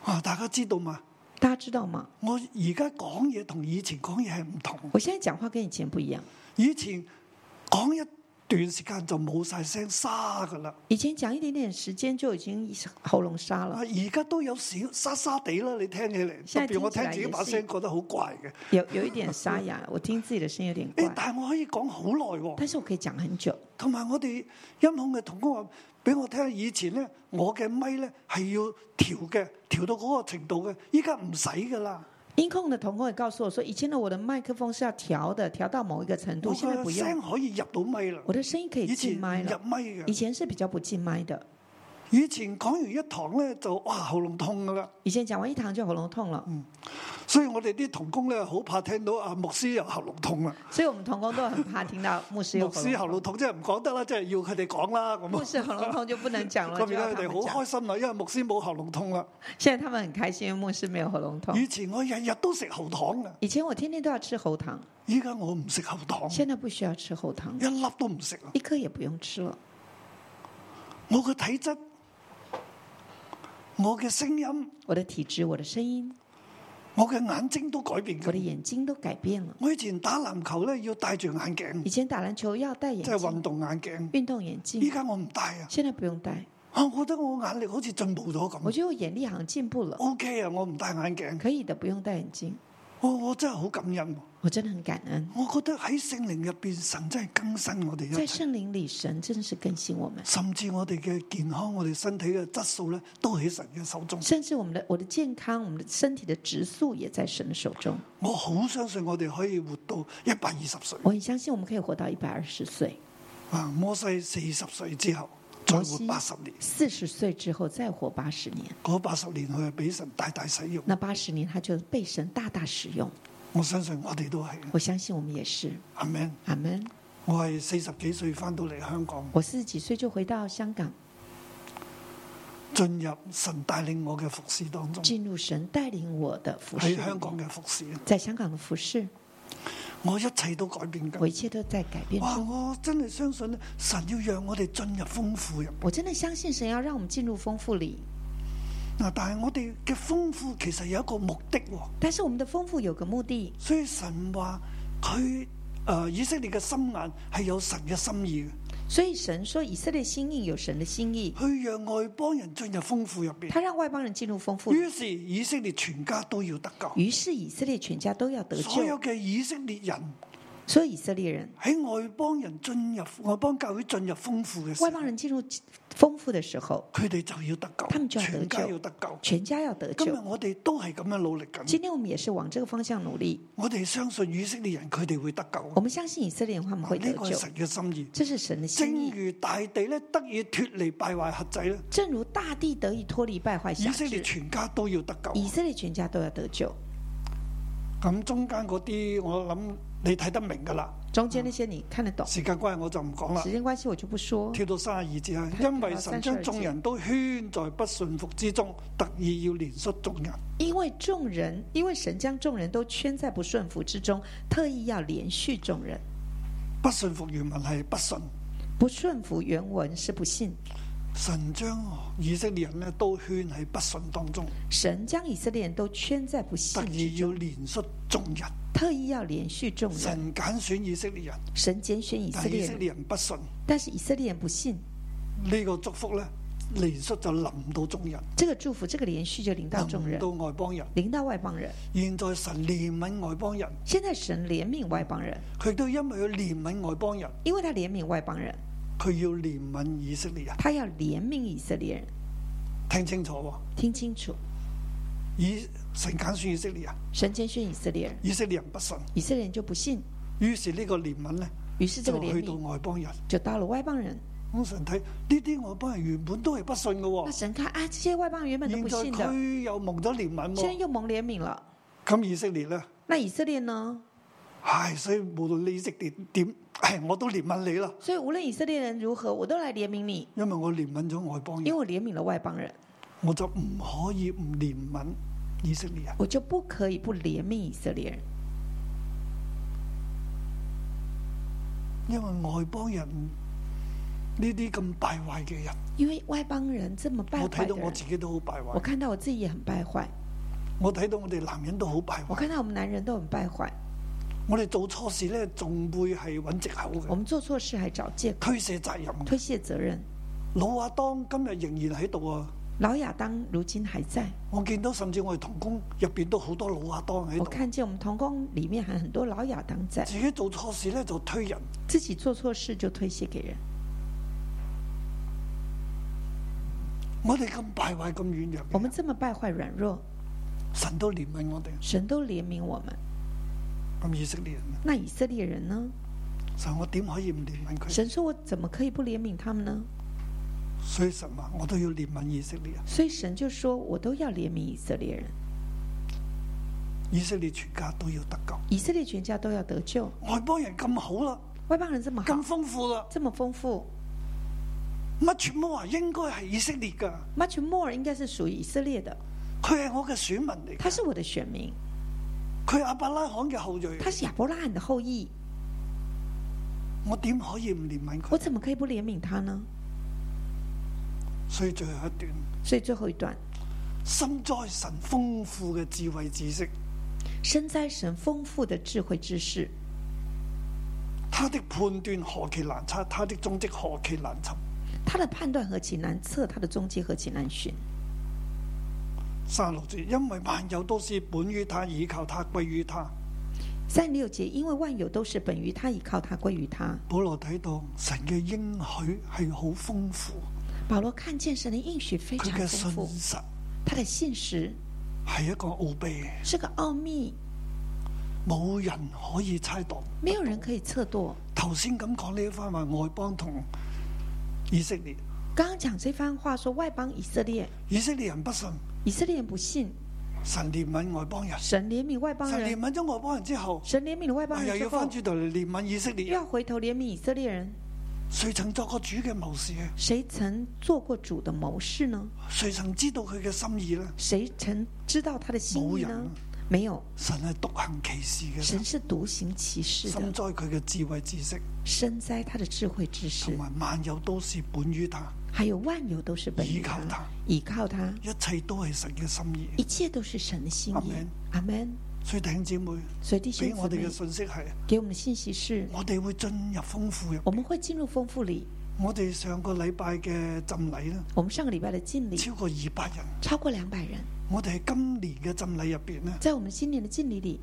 [SPEAKER 2] 啊！大家知道嘛？
[SPEAKER 3] 大家知道嗎？
[SPEAKER 2] 我而家講嘢同以前講嘢係唔同，
[SPEAKER 3] 我現在講話跟以前不一樣，
[SPEAKER 2] 以前講一段時間就冇晒聲沙噶啦。
[SPEAKER 3] 以前講一點點時間就已經喉嚨沙
[SPEAKER 2] 啊！
[SPEAKER 3] 了，
[SPEAKER 2] 而家都有少沙沙地啦，你聽起嚟，特
[SPEAKER 3] 現在
[SPEAKER 2] 別我聽
[SPEAKER 3] 聽
[SPEAKER 2] 自
[SPEAKER 3] 起來
[SPEAKER 2] 己把
[SPEAKER 3] 也是
[SPEAKER 2] 聲覺得好怪嘅。
[SPEAKER 3] 有有一點沙啞，我聽自己的聲音有點
[SPEAKER 2] 誒，
[SPEAKER 3] 怪，
[SPEAKER 2] 但係我可以講好耐喎。
[SPEAKER 3] 但是我可以講很久。
[SPEAKER 2] 同埋我哋音控嘅同工話俾我聽，以前咧我嘅咪咧係要調嘅，調到嗰個程度嘅，依家唔使噶啦。
[SPEAKER 3] 音控的同工也告訴我說，以前呢我的麥克風是要調的，調到某一個程度，
[SPEAKER 2] 我
[SPEAKER 3] 現在不
[SPEAKER 2] 嘅聲
[SPEAKER 3] 用。
[SPEAKER 2] 可以入到咪啦，
[SPEAKER 3] 我的聲音可以
[SPEAKER 2] 以
[SPEAKER 3] 進
[SPEAKER 2] 前
[SPEAKER 3] 麥
[SPEAKER 2] 唔入
[SPEAKER 3] 了，
[SPEAKER 2] 咪
[SPEAKER 3] 以
[SPEAKER 2] 嘅。
[SPEAKER 3] 前是比較不進麥的。
[SPEAKER 2] 以前講完一堂咧就哇喉嚨痛噶啦，
[SPEAKER 3] 以前講完一堂就喉嚨痛了，
[SPEAKER 2] 所以我哋啲童工咧好怕聽到啊牧師又喉嚨痛啦，
[SPEAKER 3] 所以我們同工都很怕聽到牧師
[SPEAKER 2] 牧
[SPEAKER 3] 有喉
[SPEAKER 2] 師
[SPEAKER 3] 嚨
[SPEAKER 2] 喉
[SPEAKER 3] 痛，
[SPEAKER 2] 嚨痛即係唔講得啦，即係要佢哋講啦咁
[SPEAKER 3] 牧
[SPEAKER 2] 啊。
[SPEAKER 3] 師喉嚨痛就不能講 了，
[SPEAKER 2] 咁而
[SPEAKER 3] 就
[SPEAKER 2] 家
[SPEAKER 3] 要
[SPEAKER 2] 佢
[SPEAKER 3] 他們
[SPEAKER 2] 哋好
[SPEAKER 3] 講
[SPEAKER 2] 開。心啦，因為牧師冇喉嚨痛啦。
[SPEAKER 3] 現在他們很開心，因為牧師沒有喉嚨痛。
[SPEAKER 2] 以前我日日都食喉糖噶，
[SPEAKER 3] 以前我天天都要吃喉糖，
[SPEAKER 2] 依家我唔食喉糖，
[SPEAKER 3] 現在不需要吃喉糖
[SPEAKER 2] 一，粒都唔食啊。
[SPEAKER 3] 一顆也不用吃了。
[SPEAKER 2] 我嘅體質，我嘅聲音，
[SPEAKER 3] 我的體質、我的聲音、
[SPEAKER 2] 我嘅眼睛都改變
[SPEAKER 3] 我的
[SPEAKER 2] 嘅。
[SPEAKER 3] 眼睛都改變了。
[SPEAKER 2] 我以前打籃球咧要戴住眼鏡，
[SPEAKER 3] 以前打籃球要戴眼
[SPEAKER 2] 即係
[SPEAKER 3] 鏡，
[SPEAKER 2] 運動眼鏡。
[SPEAKER 3] 運動眼
[SPEAKER 2] 依
[SPEAKER 3] 鏡，
[SPEAKER 2] 家我唔戴啊，
[SPEAKER 3] 現在不用戴。
[SPEAKER 2] 啊，我覺得我眼力好似進步咗
[SPEAKER 3] 我
[SPEAKER 2] 咁。
[SPEAKER 3] 覺得我眼力好像進步了，
[SPEAKER 2] O K 啊，我唔戴眼鏡，
[SPEAKER 3] 可以的，不用戴眼鏡。
[SPEAKER 2] 我我真係好感恩喎。
[SPEAKER 3] 我真的很感恩，
[SPEAKER 2] 我覺得喺聖靈入邊，神真係更新我哋
[SPEAKER 3] 在
[SPEAKER 2] 一切，
[SPEAKER 3] 聖靈裡，神真的是更新我們，
[SPEAKER 2] 甚至我哋嘅健康、我哋身體嘅質素咧，都喺神嘅手中。
[SPEAKER 3] 甚至我們的我的健康、我們的身體的質素也在神的手中。
[SPEAKER 2] 我好相信我哋可以活到一百二十歲
[SPEAKER 3] 我很相信我們可以活到一百二十歲，
[SPEAKER 2] 啊！摩西四十歲之後，再
[SPEAKER 3] 摩
[SPEAKER 2] 活
[SPEAKER 3] 西
[SPEAKER 2] 八十年。
[SPEAKER 3] 四十歲之後再活八十年。
[SPEAKER 2] 嗰八十年佢係俾神大大使用，
[SPEAKER 3] 那八十年他就被神大大使用。
[SPEAKER 2] 我相信我哋都係。
[SPEAKER 3] 我相信我們也是，
[SPEAKER 2] 阿 Man，
[SPEAKER 3] 阿门。
[SPEAKER 2] 我係四十幾歲翻到嚟香港，
[SPEAKER 3] 我四十幾歲就回到香港，
[SPEAKER 2] 進入神帶領我嘅服侍當中，
[SPEAKER 3] 進入神帶領我的服侍
[SPEAKER 2] 喺，香港嘅服侍，
[SPEAKER 3] 在香港的服侍，
[SPEAKER 2] 我一切都改變緊。
[SPEAKER 3] 我一切都在改變
[SPEAKER 2] 哇！
[SPEAKER 3] 中。
[SPEAKER 2] 我真係相信咧，神要讓我哋進入豐富入。
[SPEAKER 3] 我真的相信神要讓我們進入豐富裡，
[SPEAKER 2] 嗱，但係我哋嘅豐富其實有一個目的喎，
[SPEAKER 3] 但是我們的豐富有個目的，
[SPEAKER 2] 所以神話佢誒以色列嘅心眼係有神嘅心意嘅，
[SPEAKER 3] 所以神說以色列心意有神的心意，
[SPEAKER 2] 去讓外邦人進入豐富入邊。
[SPEAKER 3] 他讓外邦人進入豐富裡，
[SPEAKER 2] 於是以色列全家都要得救。
[SPEAKER 3] 於是以色列全家都要得
[SPEAKER 2] 所有
[SPEAKER 3] 救。
[SPEAKER 2] 嘅以色列人
[SPEAKER 3] 所以以色列人，
[SPEAKER 2] 喺外邦人進入外邦教會進入豐富嘅時候
[SPEAKER 3] 外，邦人進入豐富的時候，
[SPEAKER 2] 佢哋就要得救，
[SPEAKER 3] 他們就要得
[SPEAKER 2] 全家
[SPEAKER 3] 救
[SPEAKER 2] 要得救。
[SPEAKER 3] 全家要得
[SPEAKER 2] 今日
[SPEAKER 3] 救。
[SPEAKER 2] 我哋都係咁樣努力緊，
[SPEAKER 3] 今天我們也是往這個方向努力，
[SPEAKER 2] 我哋相信以色列人佢哋會得救。啊
[SPEAKER 3] 我們相信以色列人他們會得
[SPEAKER 2] 呢個係
[SPEAKER 3] 救，
[SPEAKER 2] 神嘅心意。
[SPEAKER 3] 這是神的心
[SPEAKER 2] 正
[SPEAKER 3] 意。
[SPEAKER 2] 如大地咧得以脱離敗壞核仔咧，
[SPEAKER 3] 正如大地得以脫離敗壞
[SPEAKER 2] 以
[SPEAKER 3] 辖
[SPEAKER 2] 色列
[SPEAKER 3] 制，
[SPEAKER 2] 全家都要得救。
[SPEAKER 3] 以色列全家都要得救。
[SPEAKER 2] 咁中間嗰啲我諗你睇得明㗎啦，
[SPEAKER 3] 中间那些你看得懂，
[SPEAKER 2] 時間關係我就唔講啦
[SPEAKER 3] 时。间关系我就不说。
[SPEAKER 2] 跳到三十二節啊，因為神將眾人都圈在不信服之中，特意要憐恤眾人。
[SPEAKER 3] 因为众人，因为神将众人都圈在不顺服之中，特意要连续众人。
[SPEAKER 2] 不信服原文係不信，
[SPEAKER 3] 不顺服原文是不信，
[SPEAKER 2] 神將以色列人咧都圈喺不信當中，
[SPEAKER 3] 神将以色列人都圈在不信
[SPEAKER 2] 特
[SPEAKER 3] 之
[SPEAKER 2] 意要
[SPEAKER 3] 中，
[SPEAKER 2] 憐恤眾人。
[SPEAKER 3] 特意要连续众人。
[SPEAKER 2] 神揀選以色列人，
[SPEAKER 3] 神拣选以
[SPEAKER 2] 但
[SPEAKER 3] 色
[SPEAKER 2] 係以
[SPEAKER 3] 列
[SPEAKER 2] 色
[SPEAKER 3] 人，
[SPEAKER 2] 列人不信，呢、
[SPEAKER 3] 但是以色列人不信，
[SPEAKER 2] 個祝福咧憐恤就臨到眾人，
[SPEAKER 3] 这个祝福，这个连续就临到众
[SPEAKER 2] 臨
[SPEAKER 3] 人
[SPEAKER 2] 到，外邦人。
[SPEAKER 3] 临到外邦人。
[SPEAKER 2] 現在神憐憫外邦人，
[SPEAKER 3] 现在神怜悯外邦人，
[SPEAKER 2] 佢都因為佢憐憫外邦人，
[SPEAKER 3] 因为他怜悯外邦人，
[SPEAKER 2] 佢要憐憫以色列人。
[SPEAKER 3] 他要怜悯以色列人。
[SPEAKER 2] 聽清楚喎，
[SPEAKER 3] 听清楚，
[SPEAKER 2] 以神揀選以色列人，
[SPEAKER 3] 神拣选以色列人，
[SPEAKER 2] 以色列人不信，
[SPEAKER 3] 以色列人就不信，
[SPEAKER 2] 於是呢個憐憫咧
[SPEAKER 3] 于是这个
[SPEAKER 2] 就
[SPEAKER 3] 怜
[SPEAKER 2] 去到
[SPEAKER 3] 悯
[SPEAKER 2] 外邦人。
[SPEAKER 3] 就到了外邦人。
[SPEAKER 2] 咁神睇呢啲外邦人原本都係不信嘅
[SPEAKER 3] 那
[SPEAKER 2] 喎，
[SPEAKER 3] 神看啊，这些外邦人原本都
[SPEAKER 2] 現
[SPEAKER 3] 不
[SPEAKER 2] 在
[SPEAKER 3] 信的，
[SPEAKER 2] 佢又蒙咗憐憫
[SPEAKER 3] 现在
[SPEAKER 2] 喎。
[SPEAKER 3] 又蒙怜悯了。
[SPEAKER 2] 咁以色列咧，
[SPEAKER 3] 那以色列呢？
[SPEAKER 2] 唉，所以無論你以色列點，唉，我都憐憫你啦，
[SPEAKER 3] 所以无论以色列人如何，我都来怜悯你，
[SPEAKER 2] 因為我憐憫咗外邦
[SPEAKER 3] 因为
[SPEAKER 2] 人，
[SPEAKER 3] 我怜悯了外邦人，
[SPEAKER 2] 我就唔可以唔憐憫以色列人。
[SPEAKER 3] 我就不可以不怜悯以色列人，
[SPEAKER 2] 因為外邦人呢啲咁敗壞嘅人，
[SPEAKER 3] 因为外邦人这么败
[SPEAKER 2] 我
[SPEAKER 3] 坏
[SPEAKER 2] 睇
[SPEAKER 3] 的
[SPEAKER 2] 到我
[SPEAKER 3] 人，
[SPEAKER 2] 自己都好敗
[SPEAKER 3] 我
[SPEAKER 2] 壞，
[SPEAKER 3] 看到我自己也很败坏，
[SPEAKER 2] 我睇到我哋男人都好敗
[SPEAKER 3] 我
[SPEAKER 2] 壞。
[SPEAKER 3] 看到我们男人都很败坏，
[SPEAKER 2] 我哋做錯事咧，仲會係揾藉口
[SPEAKER 3] 我
[SPEAKER 2] 嘅，
[SPEAKER 3] 们做错事还找借口，
[SPEAKER 2] 推卸責任嘅。
[SPEAKER 3] 推卸责任。
[SPEAKER 2] 老亞當今日仍然喺度啊！
[SPEAKER 3] 老亚当如今还在，
[SPEAKER 2] 我見到甚至我哋童工入邊都好多老亞當喺
[SPEAKER 3] 我
[SPEAKER 2] 度，
[SPEAKER 3] 看见我们童工里面还很多老亚当在，
[SPEAKER 2] 自己做錯事咧就推人，
[SPEAKER 3] 自己做错事就推卸给人。
[SPEAKER 2] 我哋咁敗壞咁軟弱
[SPEAKER 3] 我
[SPEAKER 2] 嘅
[SPEAKER 3] 们
[SPEAKER 2] 人，
[SPEAKER 3] 这么败坏软弱，
[SPEAKER 2] 神都憐憫我哋。
[SPEAKER 3] 神都怜悯我们。
[SPEAKER 2] 咁以色列人，啊
[SPEAKER 3] 那以色列人呢？
[SPEAKER 2] 神我點可以唔憐憫佢？
[SPEAKER 3] 神说：“我怎么可以不怜悯他们呢
[SPEAKER 2] 所以神話我都要憐憫以色列人，？”
[SPEAKER 3] 所以神就说：“我都要怜悯以色列人，
[SPEAKER 2] 以色列全家都要得救。
[SPEAKER 3] 以色列全家都要得救。
[SPEAKER 2] 外邦人咁好啦，
[SPEAKER 3] 外邦人这么好
[SPEAKER 2] 咁，豐富啦，
[SPEAKER 3] 这么丰富
[SPEAKER 2] 乜全部話應該係以色列㗎，
[SPEAKER 3] ，much more 应该是属于以色列的。
[SPEAKER 2] 佢係我嘅選民嚟
[SPEAKER 3] 他
[SPEAKER 2] 㗎，
[SPEAKER 3] 是我的选民，
[SPEAKER 2] 佢係亞伯拉罕嘅後裔，
[SPEAKER 3] 他是亚伯拉罕的后裔，
[SPEAKER 2] 我點可以唔憐憫
[SPEAKER 3] 我
[SPEAKER 2] 佢？
[SPEAKER 3] 怎么可以不怜悯他呢？”
[SPEAKER 2] 所以最後一段，
[SPEAKER 3] 所以最后一段，
[SPEAKER 2] 深哉神豐富嘅智慧知識，
[SPEAKER 3] 身在神丰富的智慧知识，
[SPEAKER 2] 他的判斷何其難測，他的蹤跡何其難尋。
[SPEAKER 3] 他的判断何其难测，他的踪迹何其难寻。
[SPEAKER 2] 三十六節，因為萬有都是本於他，倚靠他，歸於他。
[SPEAKER 3] 三十六节，因为万有都是本于他，倚靠他，归于他。
[SPEAKER 2] 保羅睇到神嘅應許係好豐富，
[SPEAKER 3] 保罗看见神的应许非
[SPEAKER 2] 佢嘅
[SPEAKER 3] 常丰
[SPEAKER 2] 信
[SPEAKER 3] 富，
[SPEAKER 2] 實
[SPEAKER 3] 他的信实
[SPEAKER 2] 係一個奧秘，
[SPEAKER 3] 是个奥秘，
[SPEAKER 2] 冇人可以猜度。
[SPEAKER 3] 没有人可以测度。
[SPEAKER 2] 頭先咁講呢一番話，外邦同以色列，
[SPEAKER 3] 刚刚讲这番话说外邦以色列，
[SPEAKER 2] 以色列人不信，
[SPEAKER 3] 以色列人不信，
[SPEAKER 2] 神憐憫外邦人，
[SPEAKER 3] 神怜悯外邦
[SPEAKER 2] 神憐
[SPEAKER 3] 人，
[SPEAKER 2] 憫咗外邦人之後，
[SPEAKER 3] 神怜悯了外邦
[SPEAKER 2] 哎又
[SPEAKER 3] 人之
[SPEAKER 2] 要
[SPEAKER 3] 后
[SPEAKER 2] 翻，轉頭嚟憐憫以色
[SPEAKER 3] 又
[SPEAKER 2] 列人。
[SPEAKER 3] 要回头怜悯以色列人。
[SPEAKER 2] 誰曾作過主嘅謀士啊？
[SPEAKER 3] 谁曾做过主的谋士呢？
[SPEAKER 2] 誰曾知道佢嘅心意呢？
[SPEAKER 3] 谁曾知道他的心意
[SPEAKER 2] 某人
[SPEAKER 3] 呢
[SPEAKER 2] 啊？
[SPEAKER 3] 没有，
[SPEAKER 2] 神係獨行其事嘅
[SPEAKER 3] 神
[SPEAKER 2] 神，
[SPEAKER 3] 是独行其事
[SPEAKER 2] 深
[SPEAKER 3] 的，
[SPEAKER 2] 哉佢嘅智慧知識，
[SPEAKER 3] 深栽他的智慧知识
[SPEAKER 2] 同，埋萬有都是本於他，
[SPEAKER 3] 还有万有都是本于
[SPEAKER 2] 依靠
[SPEAKER 3] 他
[SPEAKER 2] 他，
[SPEAKER 3] 倚靠他，
[SPEAKER 2] 一切都係神嘅心意。
[SPEAKER 3] 一切都是神的心意
[SPEAKER 2] Amen。
[SPEAKER 3] 阿门。
[SPEAKER 2] 所以弟兄姊妹，
[SPEAKER 3] 所以弟兄
[SPEAKER 2] 俾
[SPEAKER 3] 姊
[SPEAKER 2] 我哋
[SPEAKER 3] 妹
[SPEAKER 2] 嘅信息係，
[SPEAKER 3] 给我们的信息是，
[SPEAKER 2] 我哋會進入豐富入。
[SPEAKER 3] 我们会进入丰富里。
[SPEAKER 2] 我哋上個禮拜嘅浸禮呢，
[SPEAKER 3] 我们上个礼拜的敬礼
[SPEAKER 2] 超過二百人。
[SPEAKER 3] 超过两百人，
[SPEAKER 2] 我哋喺今年嘅浸禮入邊呢，
[SPEAKER 3] 在我们今年的敬礼里，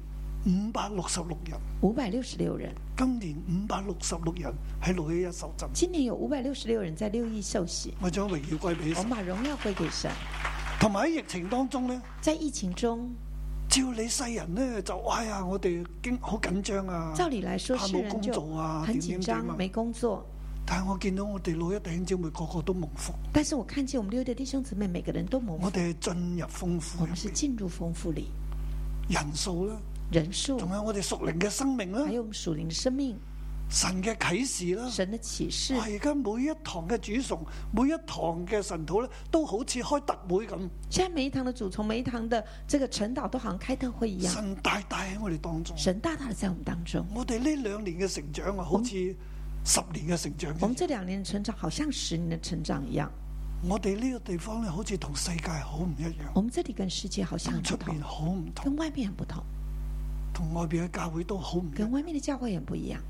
[SPEAKER 2] 五百六十六人。
[SPEAKER 3] 五百六十六人。
[SPEAKER 2] 今年五百六十六人喺六一一受浸，
[SPEAKER 3] 今年有五百六十六人在六一受洗。
[SPEAKER 2] 我將榮耀歸俾
[SPEAKER 3] 我们
[SPEAKER 2] 神。
[SPEAKER 3] 把荣耀归给神。
[SPEAKER 2] 同埋喺疫情當中呢。
[SPEAKER 3] 在疫情中，
[SPEAKER 2] 照理世人咧就哎呀，我哋經好緊張啊，
[SPEAKER 3] 照理来说
[SPEAKER 2] 怕
[SPEAKER 3] 世
[SPEAKER 2] 冇
[SPEAKER 3] 人
[SPEAKER 2] 工
[SPEAKER 3] 就
[SPEAKER 2] 做啊，
[SPEAKER 3] 很
[SPEAKER 2] 點
[SPEAKER 3] 紧
[SPEAKER 2] 點點
[SPEAKER 3] 张，
[SPEAKER 2] 啊。
[SPEAKER 3] 没工作。
[SPEAKER 2] 但係我見到我哋老一弟兄姊妹個個都蒙福，
[SPEAKER 3] 但是我看见我们六一的弟兄姊妹每个人都蒙
[SPEAKER 2] 我
[SPEAKER 3] 福，
[SPEAKER 2] 哋係進入豐富
[SPEAKER 3] 我
[SPEAKER 2] 入
[SPEAKER 3] 们是
[SPEAKER 2] 邊，
[SPEAKER 3] 进入丰富里，
[SPEAKER 2] 人數咧
[SPEAKER 3] 人数，
[SPEAKER 2] 仲有我哋屬靈嘅生命
[SPEAKER 3] 还
[SPEAKER 2] 啦，
[SPEAKER 3] 有我们属灵的生命、
[SPEAKER 2] 神嘅啟示啦。
[SPEAKER 3] 啊神的启示
[SPEAKER 2] 哇！。而家每一堂嘅主崇，每一堂嘅神土咧，都好似開特會咁，
[SPEAKER 3] 现在每一堂的主从每一堂的这个晨祷都好像开特会一样，
[SPEAKER 2] 神大大喺我哋當中。
[SPEAKER 3] 神大大的在我们当中。
[SPEAKER 2] 我哋呢兩年嘅成長啊，好似十年嘅成長一樣。
[SPEAKER 3] 我们这两年的成长好像十年的成长一样，
[SPEAKER 2] 我哋呢個地方咧，好似同世界好唔一樣，
[SPEAKER 3] 我们这里跟世界好像很
[SPEAKER 2] 同出
[SPEAKER 3] 不同
[SPEAKER 2] 邊，好唔同，
[SPEAKER 3] 跟外面很不同，
[SPEAKER 2] 同外邊嘅教會都好唔一
[SPEAKER 3] 跟
[SPEAKER 2] 樣。
[SPEAKER 3] 外面的教会很不一样。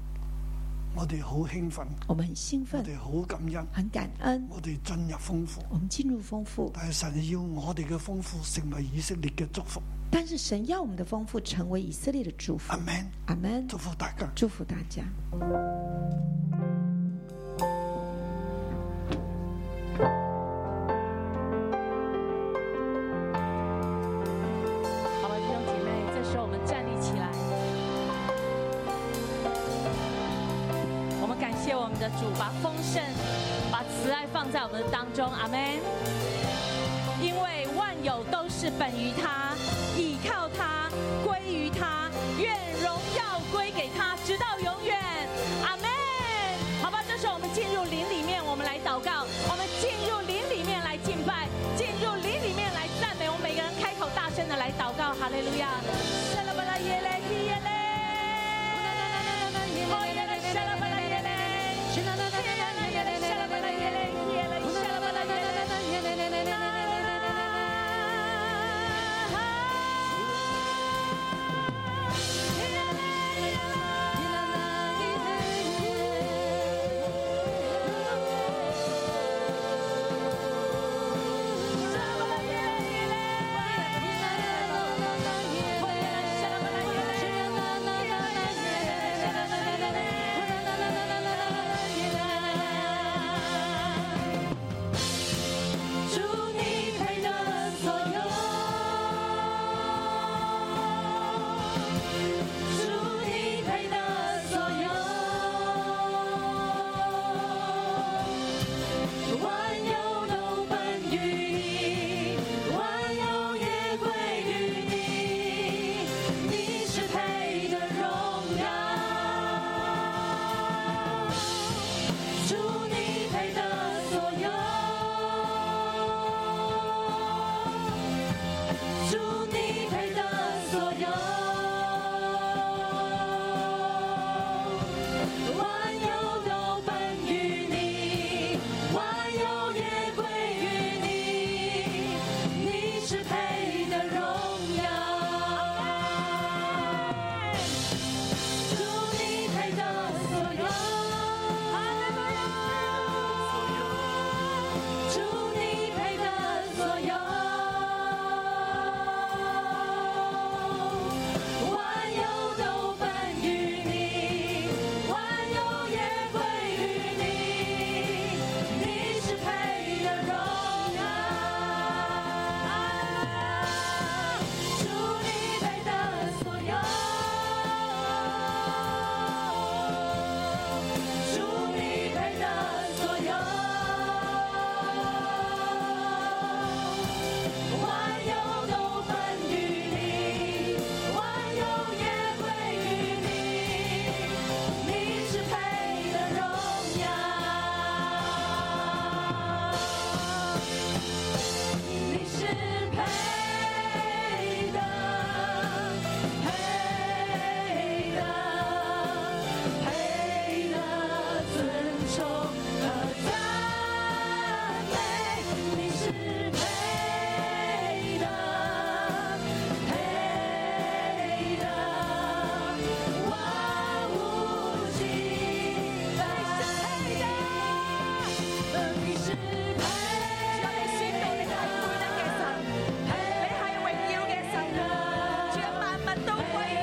[SPEAKER 2] 我哋好興奮，
[SPEAKER 3] 我们很兴
[SPEAKER 2] 我
[SPEAKER 3] 奋，
[SPEAKER 2] 哋好感恩，
[SPEAKER 3] 很感恩，
[SPEAKER 2] 我哋進入豐富。
[SPEAKER 3] 我们进入丰富。
[SPEAKER 2] 但係神要我哋嘅豐富成為以色列嘅祝福。
[SPEAKER 3] 但是神要我们的丰富成为以色列的祝福
[SPEAKER 2] 阿。Man，
[SPEAKER 3] 阿门，
[SPEAKER 2] 祝福大家。
[SPEAKER 3] 啊祝福大家。
[SPEAKER 4] 好吧，弟兄姐妹，这时候我们站立起来。我们感谢我们的主，把丰盛、把慈爱放在我们的当中，阿门。因为万有都是本于他，倚靠他，归于他，愿荣耀归给他，直到永远，阿门。好吧，这时候我们进入灵里面，我们来祷告，我们进入灵里面来敬拜，进入灵里面来赞美，我们每个人开口大声的来祷告，哈利路亚。沙拉巴拉耶嘞耶嘞哦耶嘞沙拉巴拉耶嘞耶嘞沙拉巴拉耶嘞耶嘞沙拉巴拉耶嘞耶嘞耶嘞。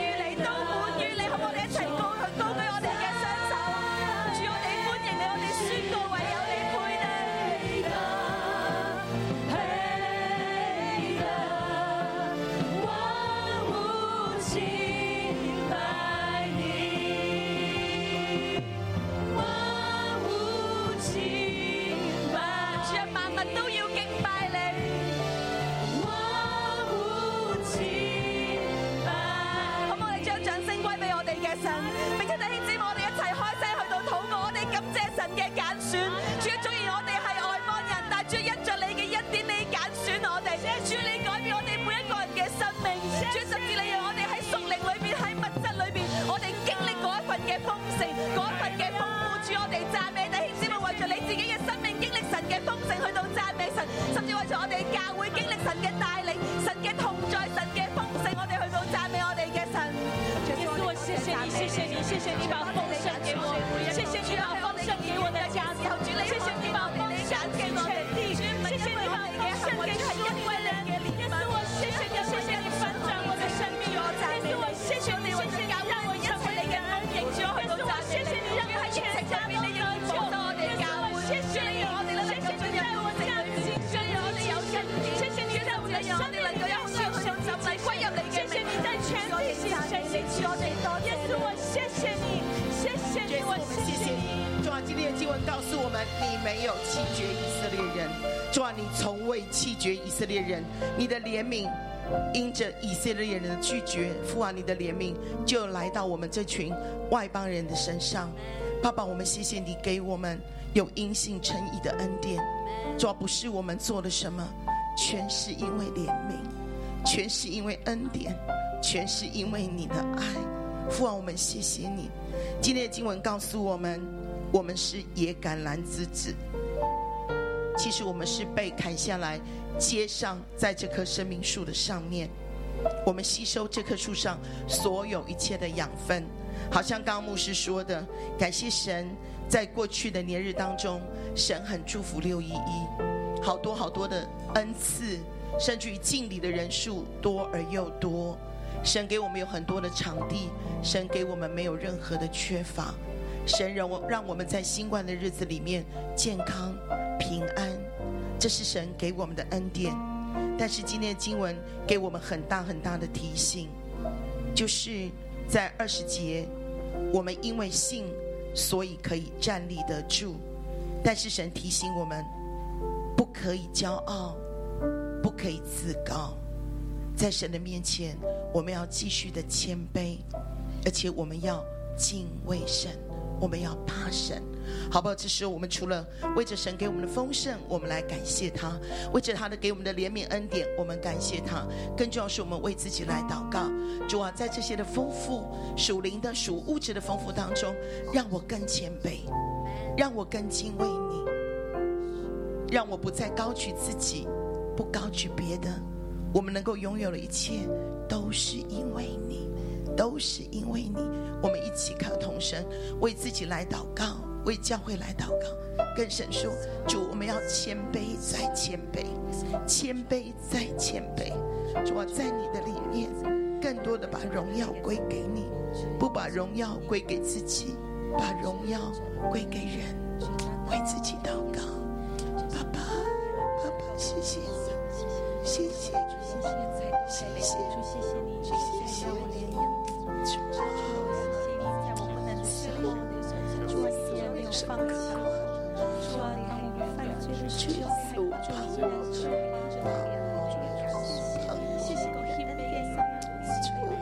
[SPEAKER 4] 哎啊谢谢你，谢谢你，谢谢你把丰盛给我，谢谢你把丰盛给我的家族，谢谢你把丰盛给全地，谢谢你把丰盛给所有人。耶稣，我谢谢你，谢谢你翻转我的生命，耶稣，我谢谢你，谢谢你让我成为你嘅恩典，耶稣，我谢谢你让我全家都得救，耶稣，我谢谢你，谢谢你在我家庭上有你有恩典，谢谢你在我嘅生命里有你有神就归入你嘅，谢谢你在全地上神嘅我哋多，耶稣，我谢谢你，谢谢你，
[SPEAKER 5] 耶稣，
[SPEAKER 4] 我
[SPEAKER 5] 我们
[SPEAKER 4] 谢
[SPEAKER 5] 谢
[SPEAKER 4] 谢
[SPEAKER 5] 谢
[SPEAKER 4] 你。
[SPEAKER 5] 你。主啊，今天的经文告诉我们，你没有弃绝以色列人。主啊，你从未弃绝以色列人，你的怜悯。因着以色列人的拒绝，父啊，你的怜悯就来到我们这群外邦人的身上。爸爸，我们谢谢你给我们有因信称义的恩典。主啊，不是我们做了什么，全是因为怜悯。全是因为恩典，全是因为你的爱。父啊，我们谢谢你。今天的经文告诉我们，我们是野橄榄之子。其实我们是被砍下来，接上在这棵生命树的上面。我们吸收这棵树上所有一切的养分。好像刚刚牧师说的，感谢神，在过去的年日当中，神很祝福六一一，好多好多的恩赐，甚至于敬礼的人数多而又多。神给我们有很多的场地，神给我们没有任何的缺乏。神让我让我们在新冠的日子里面健康平安，这是神给我们的恩典。但是今天的经文给我们很大很大的提醒，就是在二十节，我们因为信，所以可以站立得住。但是神提醒我们，不可以骄傲，不可以自高，在神的面前，我们要继续的谦卑，而且我们要敬畏神，我们要怕神，好不好？这时候我们除了为着神给我们的丰盛，我们来感谢他；为着他的给我们的怜悯恩典，我们感谢他。更重要是我们为自己来祷告，主啊，在这些的丰富、属灵的、属物质的丰富当中，让我更谦卑，让我更敬畏你。让我不再高举自己，不高举别的。我们能够拥有的一切，都是因为你，都是因为你。我们一起靠同声，为自己来祷告，为教会来祷告，跟神说：主，我们要谦卑再谦卑，谦卑再谦卑。主啊，在你的里面，更多的把荣耀归给你，不把荣耀归给自己，把荣耀归给人。为自己祷告，爸爸，爸爸，谢谢你，谢谢你，谢谢你。
[SPEAKER 4] 谢谢你，谢谢你，主啊，在我不能的时候，主啊，你从来没有放弃我，主啊，当我们犯罪的时候，主啊，你能赦免我们的罪，谢谢你的恩典，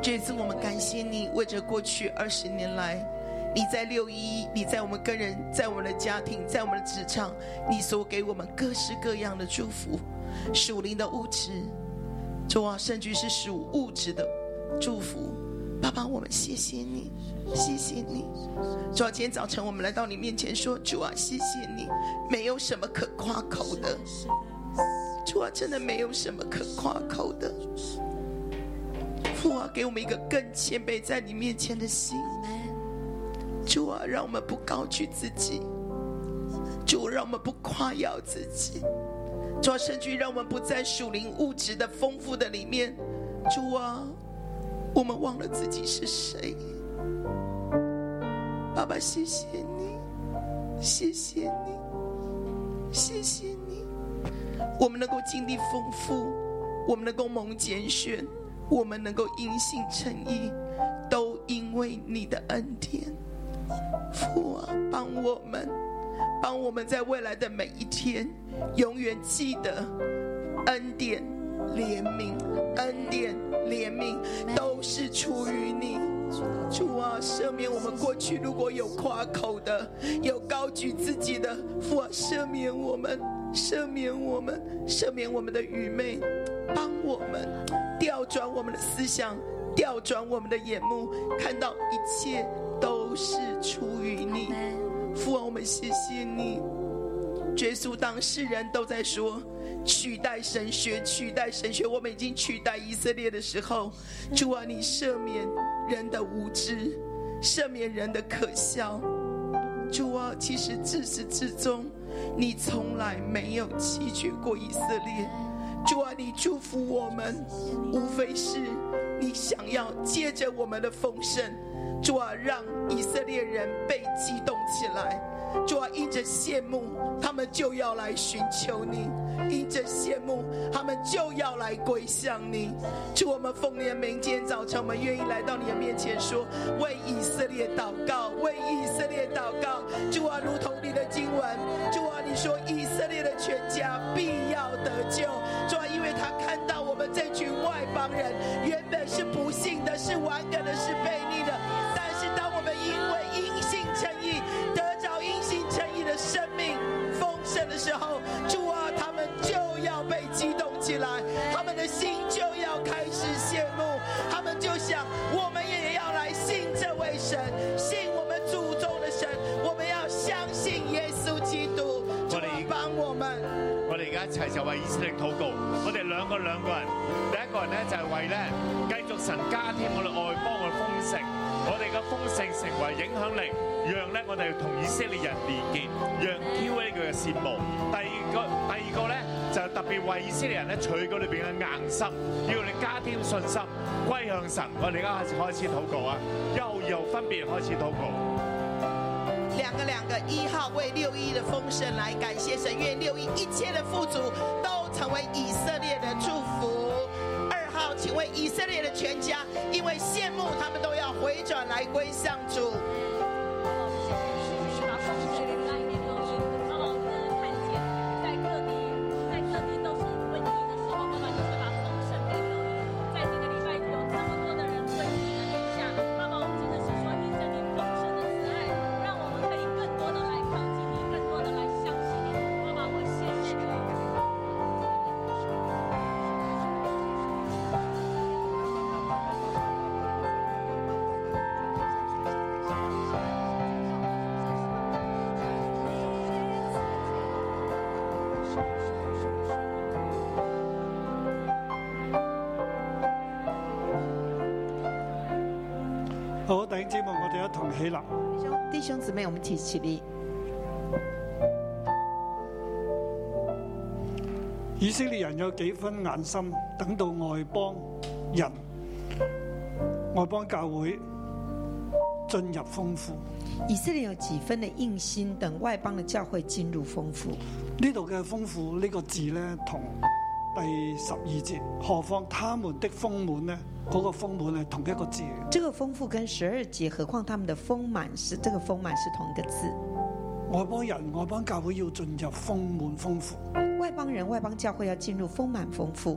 [SPEAKER 5] 这次我们感谢你，为着过去二十年来，你在六一，你在我们个人，在我们的家庭，在我们的职场，你所给我们各式各样的祝福，属灵的物质，主啊，甚至是属物质的祝福。爸爸，我们谢谢你，谢谢你。主啊，今天早晨我们来到你面前说，主啊，谢谢你，没有什么可夸口的。主啊，真的没有什么可夸口的。父啊，给我们一个更谦卑在你面前的心。主啊，让我们不高举自己，主啊让我们不夸耀自己，主啊，甚至让我们不在属灵物质的丰富的里面，主啊，我们忘了自己是谁。爸爸，谢谢你，谢谢你，谢谢你。我们能够经历丰富，我们能够蒙拣选，我们能够因信称义，都因为你的恩典。父啊，帮我们，帮我们在未来的每一天，永远记得恩典、怜悯、恩典、怜悯都是出于你。主啊，赦免我们过去如果有夸口的，有高举自己的，父啊，赦免我们，赦免我们，赦免我们的愚昧，帮我们调转我们的思想，调转我们的眼目，看到一切都是出于你。父啊，我们谢谢你。耶稣当世人都在说取代神学，取代神学，我们已经取代以色列的时候，主啊，你赦免人的无知，赦免人的可笑。主啊，其实自始至终，你从来没有弃绝过以色列。主啊，你祝福我们，无非是你想要借着我们的丰盛，主啊，让以色列人被激动起来。主啊，因着羡慕，他们就要来寻求你；因着羡慕，他们就要来归向你。主，我们奉你的名，今天早晨我们愿意来到你的面前说，为以色列祷告，为以色列祷告。主啊，如同你的经文，主啊，你说以色列的全家必要得救。主啊，因为他看到我们这群外邦人原本是不幸的，是顽梗的，是悖逆的，但是当我们因为因信称义，得着因信称义的生命丰盛的时候，主啊，他们就要被激动起来，他们的心就要开始羡慕，他们就想，我们也要来信这位神，信我们祖宗的神，我们要相信耶稣基督，主啊，帮我们。
[SPEAKER 6] 我哋而家一齊就為以色列禱告。我哋兩個兩個人，第一個人咧就係為咧繼續神加添我哋外邦嘅豐盛，我哋嘅豐盛成為影響力，讓咧我哋同以色列人連結，讓 QA 佢嘅羨慕。第二個第二個咧就特別為以色列人咧取佢裏邊嘅硬心，要你加添信心，歸向神。我哋而家開始禱告啊，又又分別開始禱告。
[SPEAKER 5] 两个两个一号为六一的丰盛来感谢神，愿六一一切的富足都成为以色列的祝福。二号，请为以色列的全家，因为羡慕他们都要回转来归向主。
[SPEAKER 4] 把丰盛的概念用英文好好的看见，在各地，在各地都是瘟疫的时候，爸爸就是把丰盛给留意。在这个礼拜有这么多的人分你的名下，爸爸，我们真的是说你这里丰盛的慈爱，让我们可以更多的来靠近你，更多的来相信你。爸爸，我谢谢你。
[SPEAKER 2] 好，弟兄姊妹，我哋一同起立。
[SPEAKER 3] 弟兄姊妹，我们一起起立。
[SPEAKER 2] 以色列人有幾分眼心，等到外邦人、外邦教會進入豐富。
[SPEAKER 3] 以色列有几分的硬心，等外邦的教会进入丰富。
[SPEAKER 2] 呢度嘅豐富呢個字呢，同第十二節何況他們的豐滿呢？嗰、個豐滿係同一個字嘅。
[SPEAKER 3] 这个丰富跟十二节，何况他们的丰满是这个丰满是同一个字。
[SPEAKER 2] 外邦人、外邦教會要進入豐滿豐富，
[SPEAKER 3] 外邦人、外邦教会要进入丰满丰富，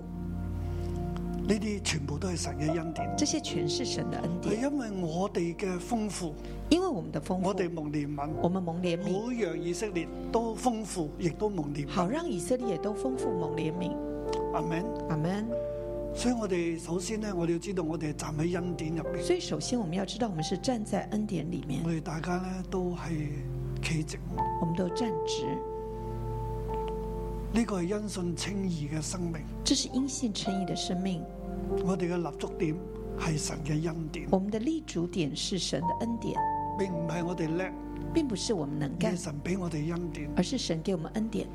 [SPEAKER 2] 呢啲全部都係神嘅恩典。
[SPEAKER 3] 这些全是神的恩
[SPEAKER 2] 係
[SPEAKER 3] 典。
[SPEAKER 2] 因為我哋嘅豐富，
[SPEAKER 3] 因为我们的丰富，
[SPEAKER 2] 我哋蒙憐憫，
[SPEAKER 3] 我们蒙怜悯，
[SPEAKER 2] 好讓以色列都豐富，亦都蒙憐憫。
[SPEAKER 3] 好让以色列也都丰富蒙怜悯。
[SPEAKER 2] 阿 Man。
[SPEAKER 3] 阿门。
[SPEAKER 2] 所以我哋首先咧，我哋要知道我哋係站喺恩典入邊，
[SPEAKER 3] 所以，首先我们要知道，我们是站在恩典里面
[SPEAKER 2] 我，哋大家咧都係企直，呢、
[SPEAKER 3] 我们都站直，
[SPEAKER 2] 個係因信稱義嘅生命。
[SPEAKER 3] 这是因信称义的生命。
[SPEAKER 2] 我哋嘅立足點係神嘅恩典，
[SPEAKER 3] 我们的立足点是神的恩典，
[SPEAKER 2] 並唔係我哋叻，
[SPEAKER 3] 并不是我们能
[SPEAKER 2] 而
[SPEAKER 3] 干
[SPEAKER 2] 係，神俾我哋恩典。
[SPEAKER 3] 而是神给我们恩典。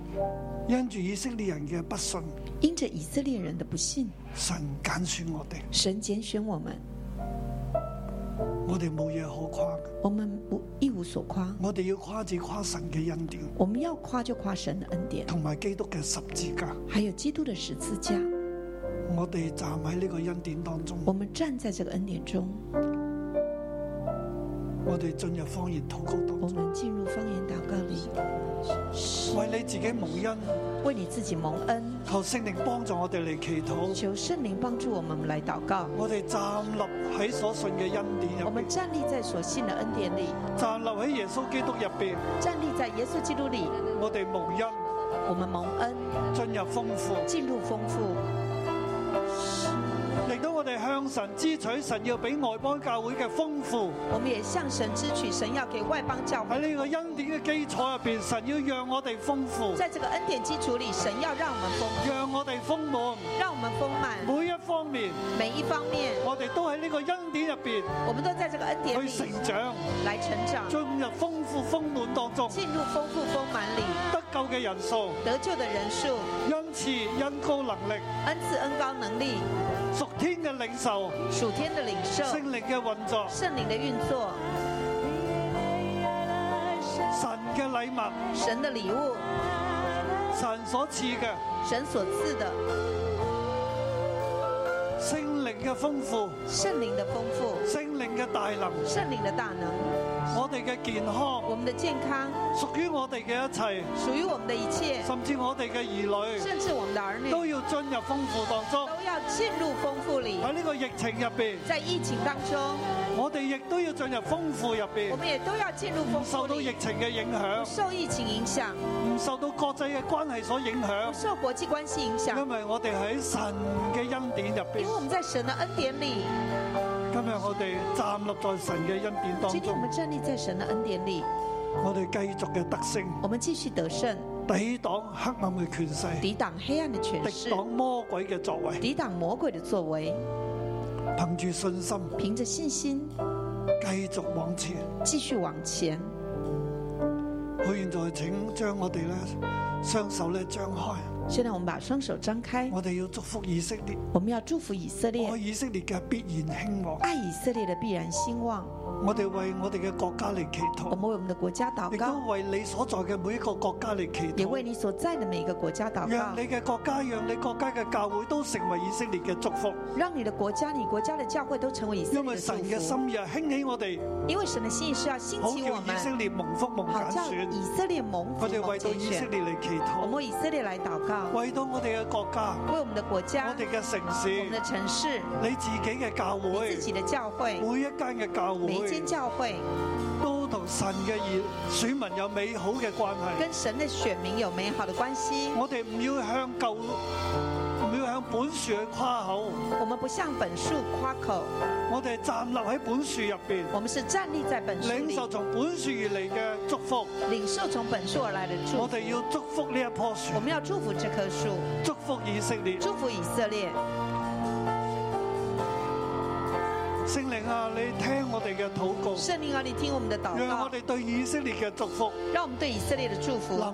[SPEAKER 2] 因住以色列人嘅不信，
[SPEAKER 3] 因着以色列人的不信，
[SPEAKER 2] 神揀選我哋，
[SPEAKER 3] 神拣选我们，
[SPEAKER 2] 我哋冇嘢好誇嘅。
[SPEAKER 3] 我们无一无所夸。
[SPEAKER 2] 我哋要誇自誇神嘅恩典，
[SPEAKER 3] 我们要夸就夸神的恩典，
[SPEAKER 2] 同埋基督嘅十字架。
[SPEAKER 3] 还有基督的十字架。
[SPEAKER 2] 我哋站喺呢個恩典當中，
[SPEAKER 3] 我们站在这个恩典中，
[SPEAKER 2] 我哋進入方言禱告當
[SPEAKER 3] 我
[SPEAKER 2] 中，
[SPEAKER 3] 们进入方言祷告里，
[SPEAKER 2] 為你自己蒙恩。
[SPEAKER 3] 为你自己蒙恩，
[SPEAKER 2] 求聖靈幫助我哋嚟祈禱，
[SPEAKER 3] 求圣灵帮助我们来祷告。
[SPEAKER 2] 我哋站立喺所信嘅恩典
[SPEAKER 3] 我
[SPEAKER 2] 入
[SPEAKER 3] 们
[SPEAKER 2] 边，
[SPEAKER 3] 站立在所信的恩典里，
[SPEAKER 2] 站立喺耶穌基督入边，
[SPEAKER 3] 站立在耶稣基督里，
[SPEAKER 2] 我哋蒙恩
[SPEAKER 3] 我们蒙恩，
[SPEAKER 2] 進入豐富，
[SPEAKER 3] 进入丰富，
[SPEAKER 2] 令到我哋向神支取，神要俾外邦教會嘅豐富。
[SPEAKER 3] 我们也向神支取，神要给外邦教会
[SPEAKER 2] 喺呢個恩典嘅基礎入邊，神要讓我哋豐富，
[SPEAKER 3] 在这个恩典基础里，神要让我们丰富，
[SPEAKER 2] 讓我哋豐滿。
[SPEAKER 3] 让我们丰满，
[SPEAKER 2] 每一方面，
[SPEAKER 3] 每一方面，
[SPEAKER 2] 我哋都喺呢個恩典入邊
[SPEAKER 3] 我们都在这个恩典
[SPEAKER 2] 去
[SPEAKER 3] 里
[SPEAKER 2] 成長，
[SPEAKER 3] 来成长，
[SPEAKER 2] 進入豐富豐滿當中。
[SPEAKER 3] 进入丰富丰满里。
[SPEAKER 2] 得救嘅人數、
[SPEAKER 3] 得救的人数，
[SPEAKER 2] 恩賜、恩高能力、
[SPEAKER 3] 恩赐、恩高、能力，
[SPEAKER 2] 屬天嘅領受、
[SPEAKER 3] 属天的领受，
[SPEAKER 2] 聖靈嘅運作、
[SPEAKER 3] 圣灵的运作，
[SPEAKER 2] 神嘅禮物、
[SPEAKER 3] 神的礼物，
[SPEAKER 2] 神所賜嘅
[SPEAKER 3] 神所赐的
[SPEAKER 2] 聖靈嘅豐富、
[SPEAKER 3] 圣灵的丰富，
[SPEAKER 2] 聖靈嘅大能、
[SPEAKER 3] 圣灵的大能，
[SPEAKER 2] 我哋嘅健康、
[SPEAKER 3] 我们的健康
[SPEAKER 2] 屬於我哋嘅一切。
[SPEAKER 3] 属于我们的一切，
[SPEAKER 2] 甚至我哋嘅兒女
[SPEAKER 3] 甚至我们的儿女
[SPEAKER 2] 都要進入豐富當中。
[SPEAKER 3] 都要进入丰富里。
[SPEAKER 2] 喺呢個疫情入邊，
[SPEAKER 3] 在疫情当中，
[SPEAKER 2] 我哋亦都要進入豐富入
[SPEAKER 3] 我
[SPEAKER 2] 邊，
[SPEAKER 3] 们也都要进入丰
[SPEAKER 2] 唔
[SPEAKER 3] 富
[SPEAKER 2] 受到
[SPEAKER 3] 里
[SPEAKER 2] 疫，情嘅影響
[SPEAKER 3] 不，受疫情影响，
[SPEAKER 2] 唔受到國際嘅關係所影
[SPEAKER 3] 不
[SPEAKER 2] 響，
[SPEAKER 3] 受国际关系影响，
[SPEAKER 2] 因為我哋喺神嘅恩典入
[SPEAKER 3] 啊因为
[SPEAKER 2] 邊。
[SPEAKER 3] 我们在神的恩典里。
[SPEAKER 2] 今日我哋站立在神嘅恩典當
[SPEAKER 3] 今天我
[SPEAKER 2] 中，
[SPEAKER 3] 们站立在神的恩典里，
[SPEAKER 2] 我哋繼續嘅得勝，
[SPEAKER 3] 我们繼續得勝，
[SPEAKER 2] 抵擋黑暗嘅權勢，
[SPEAKER 3] 抵擋黑暗的權
[SPEAKER 2] 敵擋
[SPEAKER 3] 勢，
[SPEAKER 2] 魔鬼嘅作為，
[SPEAKER 3] 抵擋魔鬼的作為，
[SPEAKER 2] 憑住信心
[SPEAKER 3] 憑着信心
[SPEAKER 2] 繼續往前。
[SPEAKER 3] 繼續往前。
[SPEAKER 2] 好，現在請將我哋咧雙手咧張開。
[SPEAKER 3] 現在我們把雙手張開，
[SPEAKER 2] 我哋要祝福以色列，
[SPEAKER 3] 我們要祝福以色列
[SPEAKER 2] 愛，以色列嘅必然興旺。
[SPEAKER 3] 愛以色列的必然興旺。
[SPEAKER 2] 我哋為我哋嘅國家嚟祈
[SPEAKER 3] 我
[SPEAKER 2] 禱，
[SPEAKER 3] 們為我們的國家禱
[SPEAKER 2] 亦都
[SPEAKER 3] 告，
[SPEAKER 2] 為你所在嘅每一個國家嚟祈
[SPEAKER 3] 也為
[SPEAKER 2] 禱。
[SPEAKER 3] 你所在的每一個國家禱
[SPEAKER 2] 讓你
[SPEAKER 3] 告，
[SPEAKER 2] 嘅國家，讓你國家嘅教會都成為以色列嘅祝福，
[SPEAKER 3] 讓你的國家、你國家的教會都成為以色
[SPEAKER 2] 因
[SPEAKER 3] 列
[SPEAKER 2] 為
[SPEAKER 3] 的
[SPEAKER 2] 神嘅
[SPEAKER 3] 祝福。
[SPEAKER 2] 心意係興起我哋，
[SPEAKER 3] 因為神的心意是要興
[SPEAKER 2] 好
[SPEAKER 3] 起我
[SPEAKER 2] 叫以色
[SPEAKER 3] 們，
[SPEAKER 2] 列蒙福蒙
[SPEAKER 3] 好
[SPEAKER 2] 揀
[SPEAKER 3] 叫
[SPEAKER 2] 選。
[SPEAKER 3] 以色列蒙福
[SPEAKER 2] 我哋
[SPEAKER 3] 蒙
[SPEAKER 2] 為到
[SPEAKER 3] 揀
[SPEAKER 2] 以色
[SPEAKER 3] 選。
[SPEAKER 2] 列嚟祈
[SPEAKER 3] 我
[SPEAKER 2] 禱，
[SPEAKER 3] 們為以色列來禱告，
[SPEAKER 2] 為到我哋嘅國家、
[SPEAKER 3] 為我們的國
[SPEAKER 2] 我
[SPEAKER 3] 家、
[SPEAKER 2] 哋嘅城
[SPEAKER 3] 我
[SPEAKER 2] 市
[SPEAKER 3] 們、的城市。
[SPEAKER 2] 你自己嘅教
[SPEAKER 3] 你
[SPEAKER 2] 會
[SPEAKER 3] 自，己的教会，
[SPEAKER 2] 每一間嘅教
[SPEAKER 3] 每一
[SPEAKER 2] 會
[SPEAKER 3] 间教会
[SPEAKER 2] 都同神嘅兒選民有美好嘅關係。
[SPEAKER 3] 跟神的选民有美好的关系。
[SPEAKER 2] 我哋唔要向舊，唔要向本樹去誇口，
[SPEAKER 3] 我们不向本树夸口，
[SPEAKER 2] 我哋站立喺本樹入邊，
[SPEAKER 3] 我们是站立在本树
[SPEAKER 2] 領
[SPEAKER 3] 里，
[SPEAKER 2] 受從本樹而嚟嘅祝福。
[SPEAKER 3] 领受從本树而来的祝
[SPEAKER 2] 我
[SPEAKER 3] 福。
[SPEAKER 2] 哋要祝福呢一棵樹
[SPEAKER 3] 我，们要祝福这棵树，
[SPEAKER 2] 祝福以色列。
[SPEAKER 3] 祝福以色列。
[SPEAKER 2] 聖靈啊，你聽我哋嘅禱告，
[SPEAKER 3] 圣灵啊，你听我们的祷
[SPEAKER 2] 讓我
[SPEAKER 3] 告，
[SPEAKER 2] 哋對以色列嘅祝福
[SPEAKER 3] 让我们对以色列的祝福
[SPEAKER 2] 臨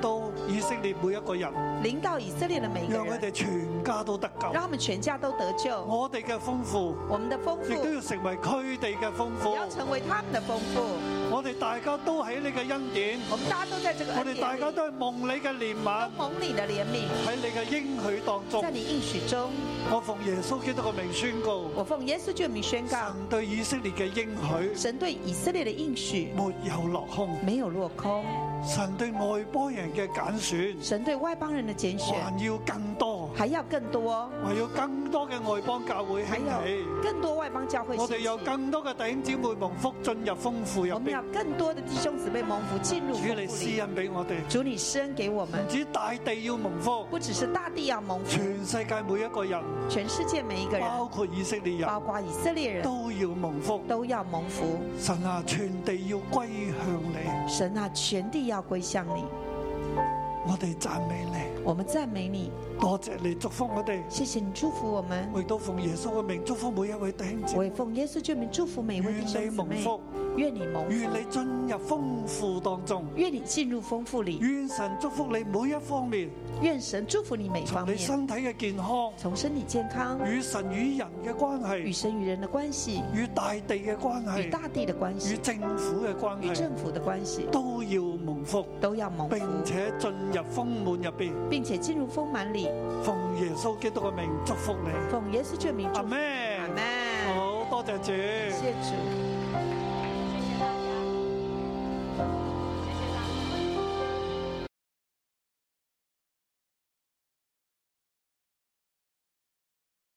[SPEAKER 2] 到以色列每一個人，
[SPEAKER 3] 临到以色列的每一个
[SPEAKER 2] 讓佢
[SPEAKER 3] 人，
[SPEAKER 2] 哋全家都得救
[SPEAKER 3] 让。他们全家都得救。
[SPEAKER 2] 我哋嘅豐富，
[SPEAKER 3] 我们的丰
[SPEAKER 2] 亦
[SPEAKER 3] 富
[SPEAKER 2] 都要成為佢哋嘅豐
[SPEAKER 3] 也
[SPEAKER 2] 富。
[SPEAKER 3] 要成为他们的丰富。
[SPEAKER 2] 我哋大家都喺你嘅恩典，
[SPEAKER 3] 我们大家都在这个
[SPEAKER 2] 我
[SPEAKER 3] 恩
[SPEAKER 2] 哋
[SPEAKER 3] 典
[SPEAKER 2] 大
[SPEAKER 3] 里，
[SPEAKER 2] 家都係蒙你嘅憐憫
[SPEAKER 3] 都。蒙你的怜悯，
[SPEAKER 2] 喺你嘅應許當中
[SPEAKER 3] 在，你应许中，
[SPEAKER 2] 我奉耶穌基督嘅名宣告，
[SPEAKER 3] 我奉耶稣救名宣告。
[SPEAKER 2] 神對以色列嘅應許
[SPEAKER 3] 神对以色列的应许
[SPEAKER 2] 沒有落空，
[SPEAKER 3] 没有落空，
[SPEAKER 2] 神對外邦人嘅揀選
[SPEAKER 3] 神对外邦人的拣选
[SPEAKER 2] 還要更多，
[SPEAKER 3] 还要更多，
[SPEAKER 2] 還要更多嘅外邦教會
[SPEAKER 3] 还
[SPEAKER 2] 興
[SPEAKER 3] 有
[SPEAKER 2] 起，
[SPEAKER 3] 更多外邦教会
[SPEAKER 2] 我
[SPEAKER 3] 兴
[SPEAKER 2] 哋有
[SPEAKER 3] 起。
[SPEAKER 2] 更多嘅弟兄姊妹蒙福進入豐富入
[SPEAKER 3] 我们要
[SPEAKER 2] 邊，
[SPEAKER 3] 更多的弟兄姊妹蒙福进入
[SPEAKER 2] 主啊
[SPEAKER 3] 丰
[SPEAKER 2] 你
[SPEAKER 3] 富
[SPEAKER 2] 施
[SPEAKER 3] 里。
[SPEAKER 2] 恩俾我哋，
[SPEAKER 3] 主你施恩给我们
[SPEAKER 2] 唔，止大地要蒙福，
[SPEAKER 3] 不只是大地要蒙福，
[SPEAKER 2] 全世界每一個人，
[SPEAKER 3] 全世界每一个人，
[SPEAKER 2] 包括以色列
[SPEAKER 3] 包
[SPEAKER 2] 人
[SPEAKER 3] 括以色列人，
[SPEAKER 2] 都要蒙福。
[SPEAKER 3] 都要蒙福。
[SPEAKER 2] 神啊，全地要歸向你，
[SPEAKER 3] 神啊，全地要归向你。
[SPEAKER 2] 我哋讚美你。
[SPEAKER 3] 我们赞美你，
[SPEAKER 2] 多謝你祝福我哋，
[SPEAKER 3] 谢谢你祝福我们。
[SPEAKER 2] 我亦都奉耶穌嘅名祝福每一位弟兄姊
[SPEAKER 3] 我
[SPEAKER 2] 妹，
[SPEAKER 3] 也奉耶稣救名祝福每一位弟兄
[SPEAKER 2] 願你
[SPEAKER 3] 姊
[SPEAKER 2] 蒙
[SPEAKER 3] 妹
[SPEAKER 2] 福，
[SPEAKER 3] 愿你蒙
[SPEAKER 2] 願
[SPEAKER 3] 福，
[SPEAKER 2] 你進入豐富當中，
[SPEAKER 3] 愿你进入丰富里，
[SPEAKER 2] 願神祝福你每一方面，
[SPEAKER 3] 愿神祝福你每
[SPEAKER 2] 從
[SPEAKER 3] 方
[SPEAKER 2] 你
[SPEAKER 3] 面。
[SPEAKER 2] 身體嘅健康，
[SPEAKER 3] 从身体健康、
[SPEAKER 2] 與神與人嘅關
[SPEAKER 3] 与
[SPEAKER 2] 係，
[SPEAKER 3] 神与人的关系、
[SPEAKER 2] 與大地嘅關
[SPEAKER 3] 与
[SPEAKER 2] 係，
[SPEAKER 3] 大地的关
[SPEAKER 2] 與
[SPEAKER 3] 系、
[SPEAKER 2] 政府嘅關
[SPEAKER 3] 与
[SPEAKER 2] 係，
[SPEAKER 3] 政府的关系，
[SPEAKER 2] 都要蒙福，
[SPEAKER 3] 都要蒙
[SPEAKER 2] 並
[SPEAKER 3] 福，
[SPEAKER 2] 且進入豐滿入邊。
[SPEAKER 3] 并且进入丰满里。
[SPEAKER 2] 奉耶穌基督嘅名祝福你，
[SPEAKER 3] 奉耶稣救名祝
[SPEAKER 2] 阿
[SPEAKER 3] 福，阿
[SPEAKER 2] 咩？
[SPEAKER 3] 门。
[SPEAKER 2] 好多謝主。
[SPEAKER 3] 谢谢主。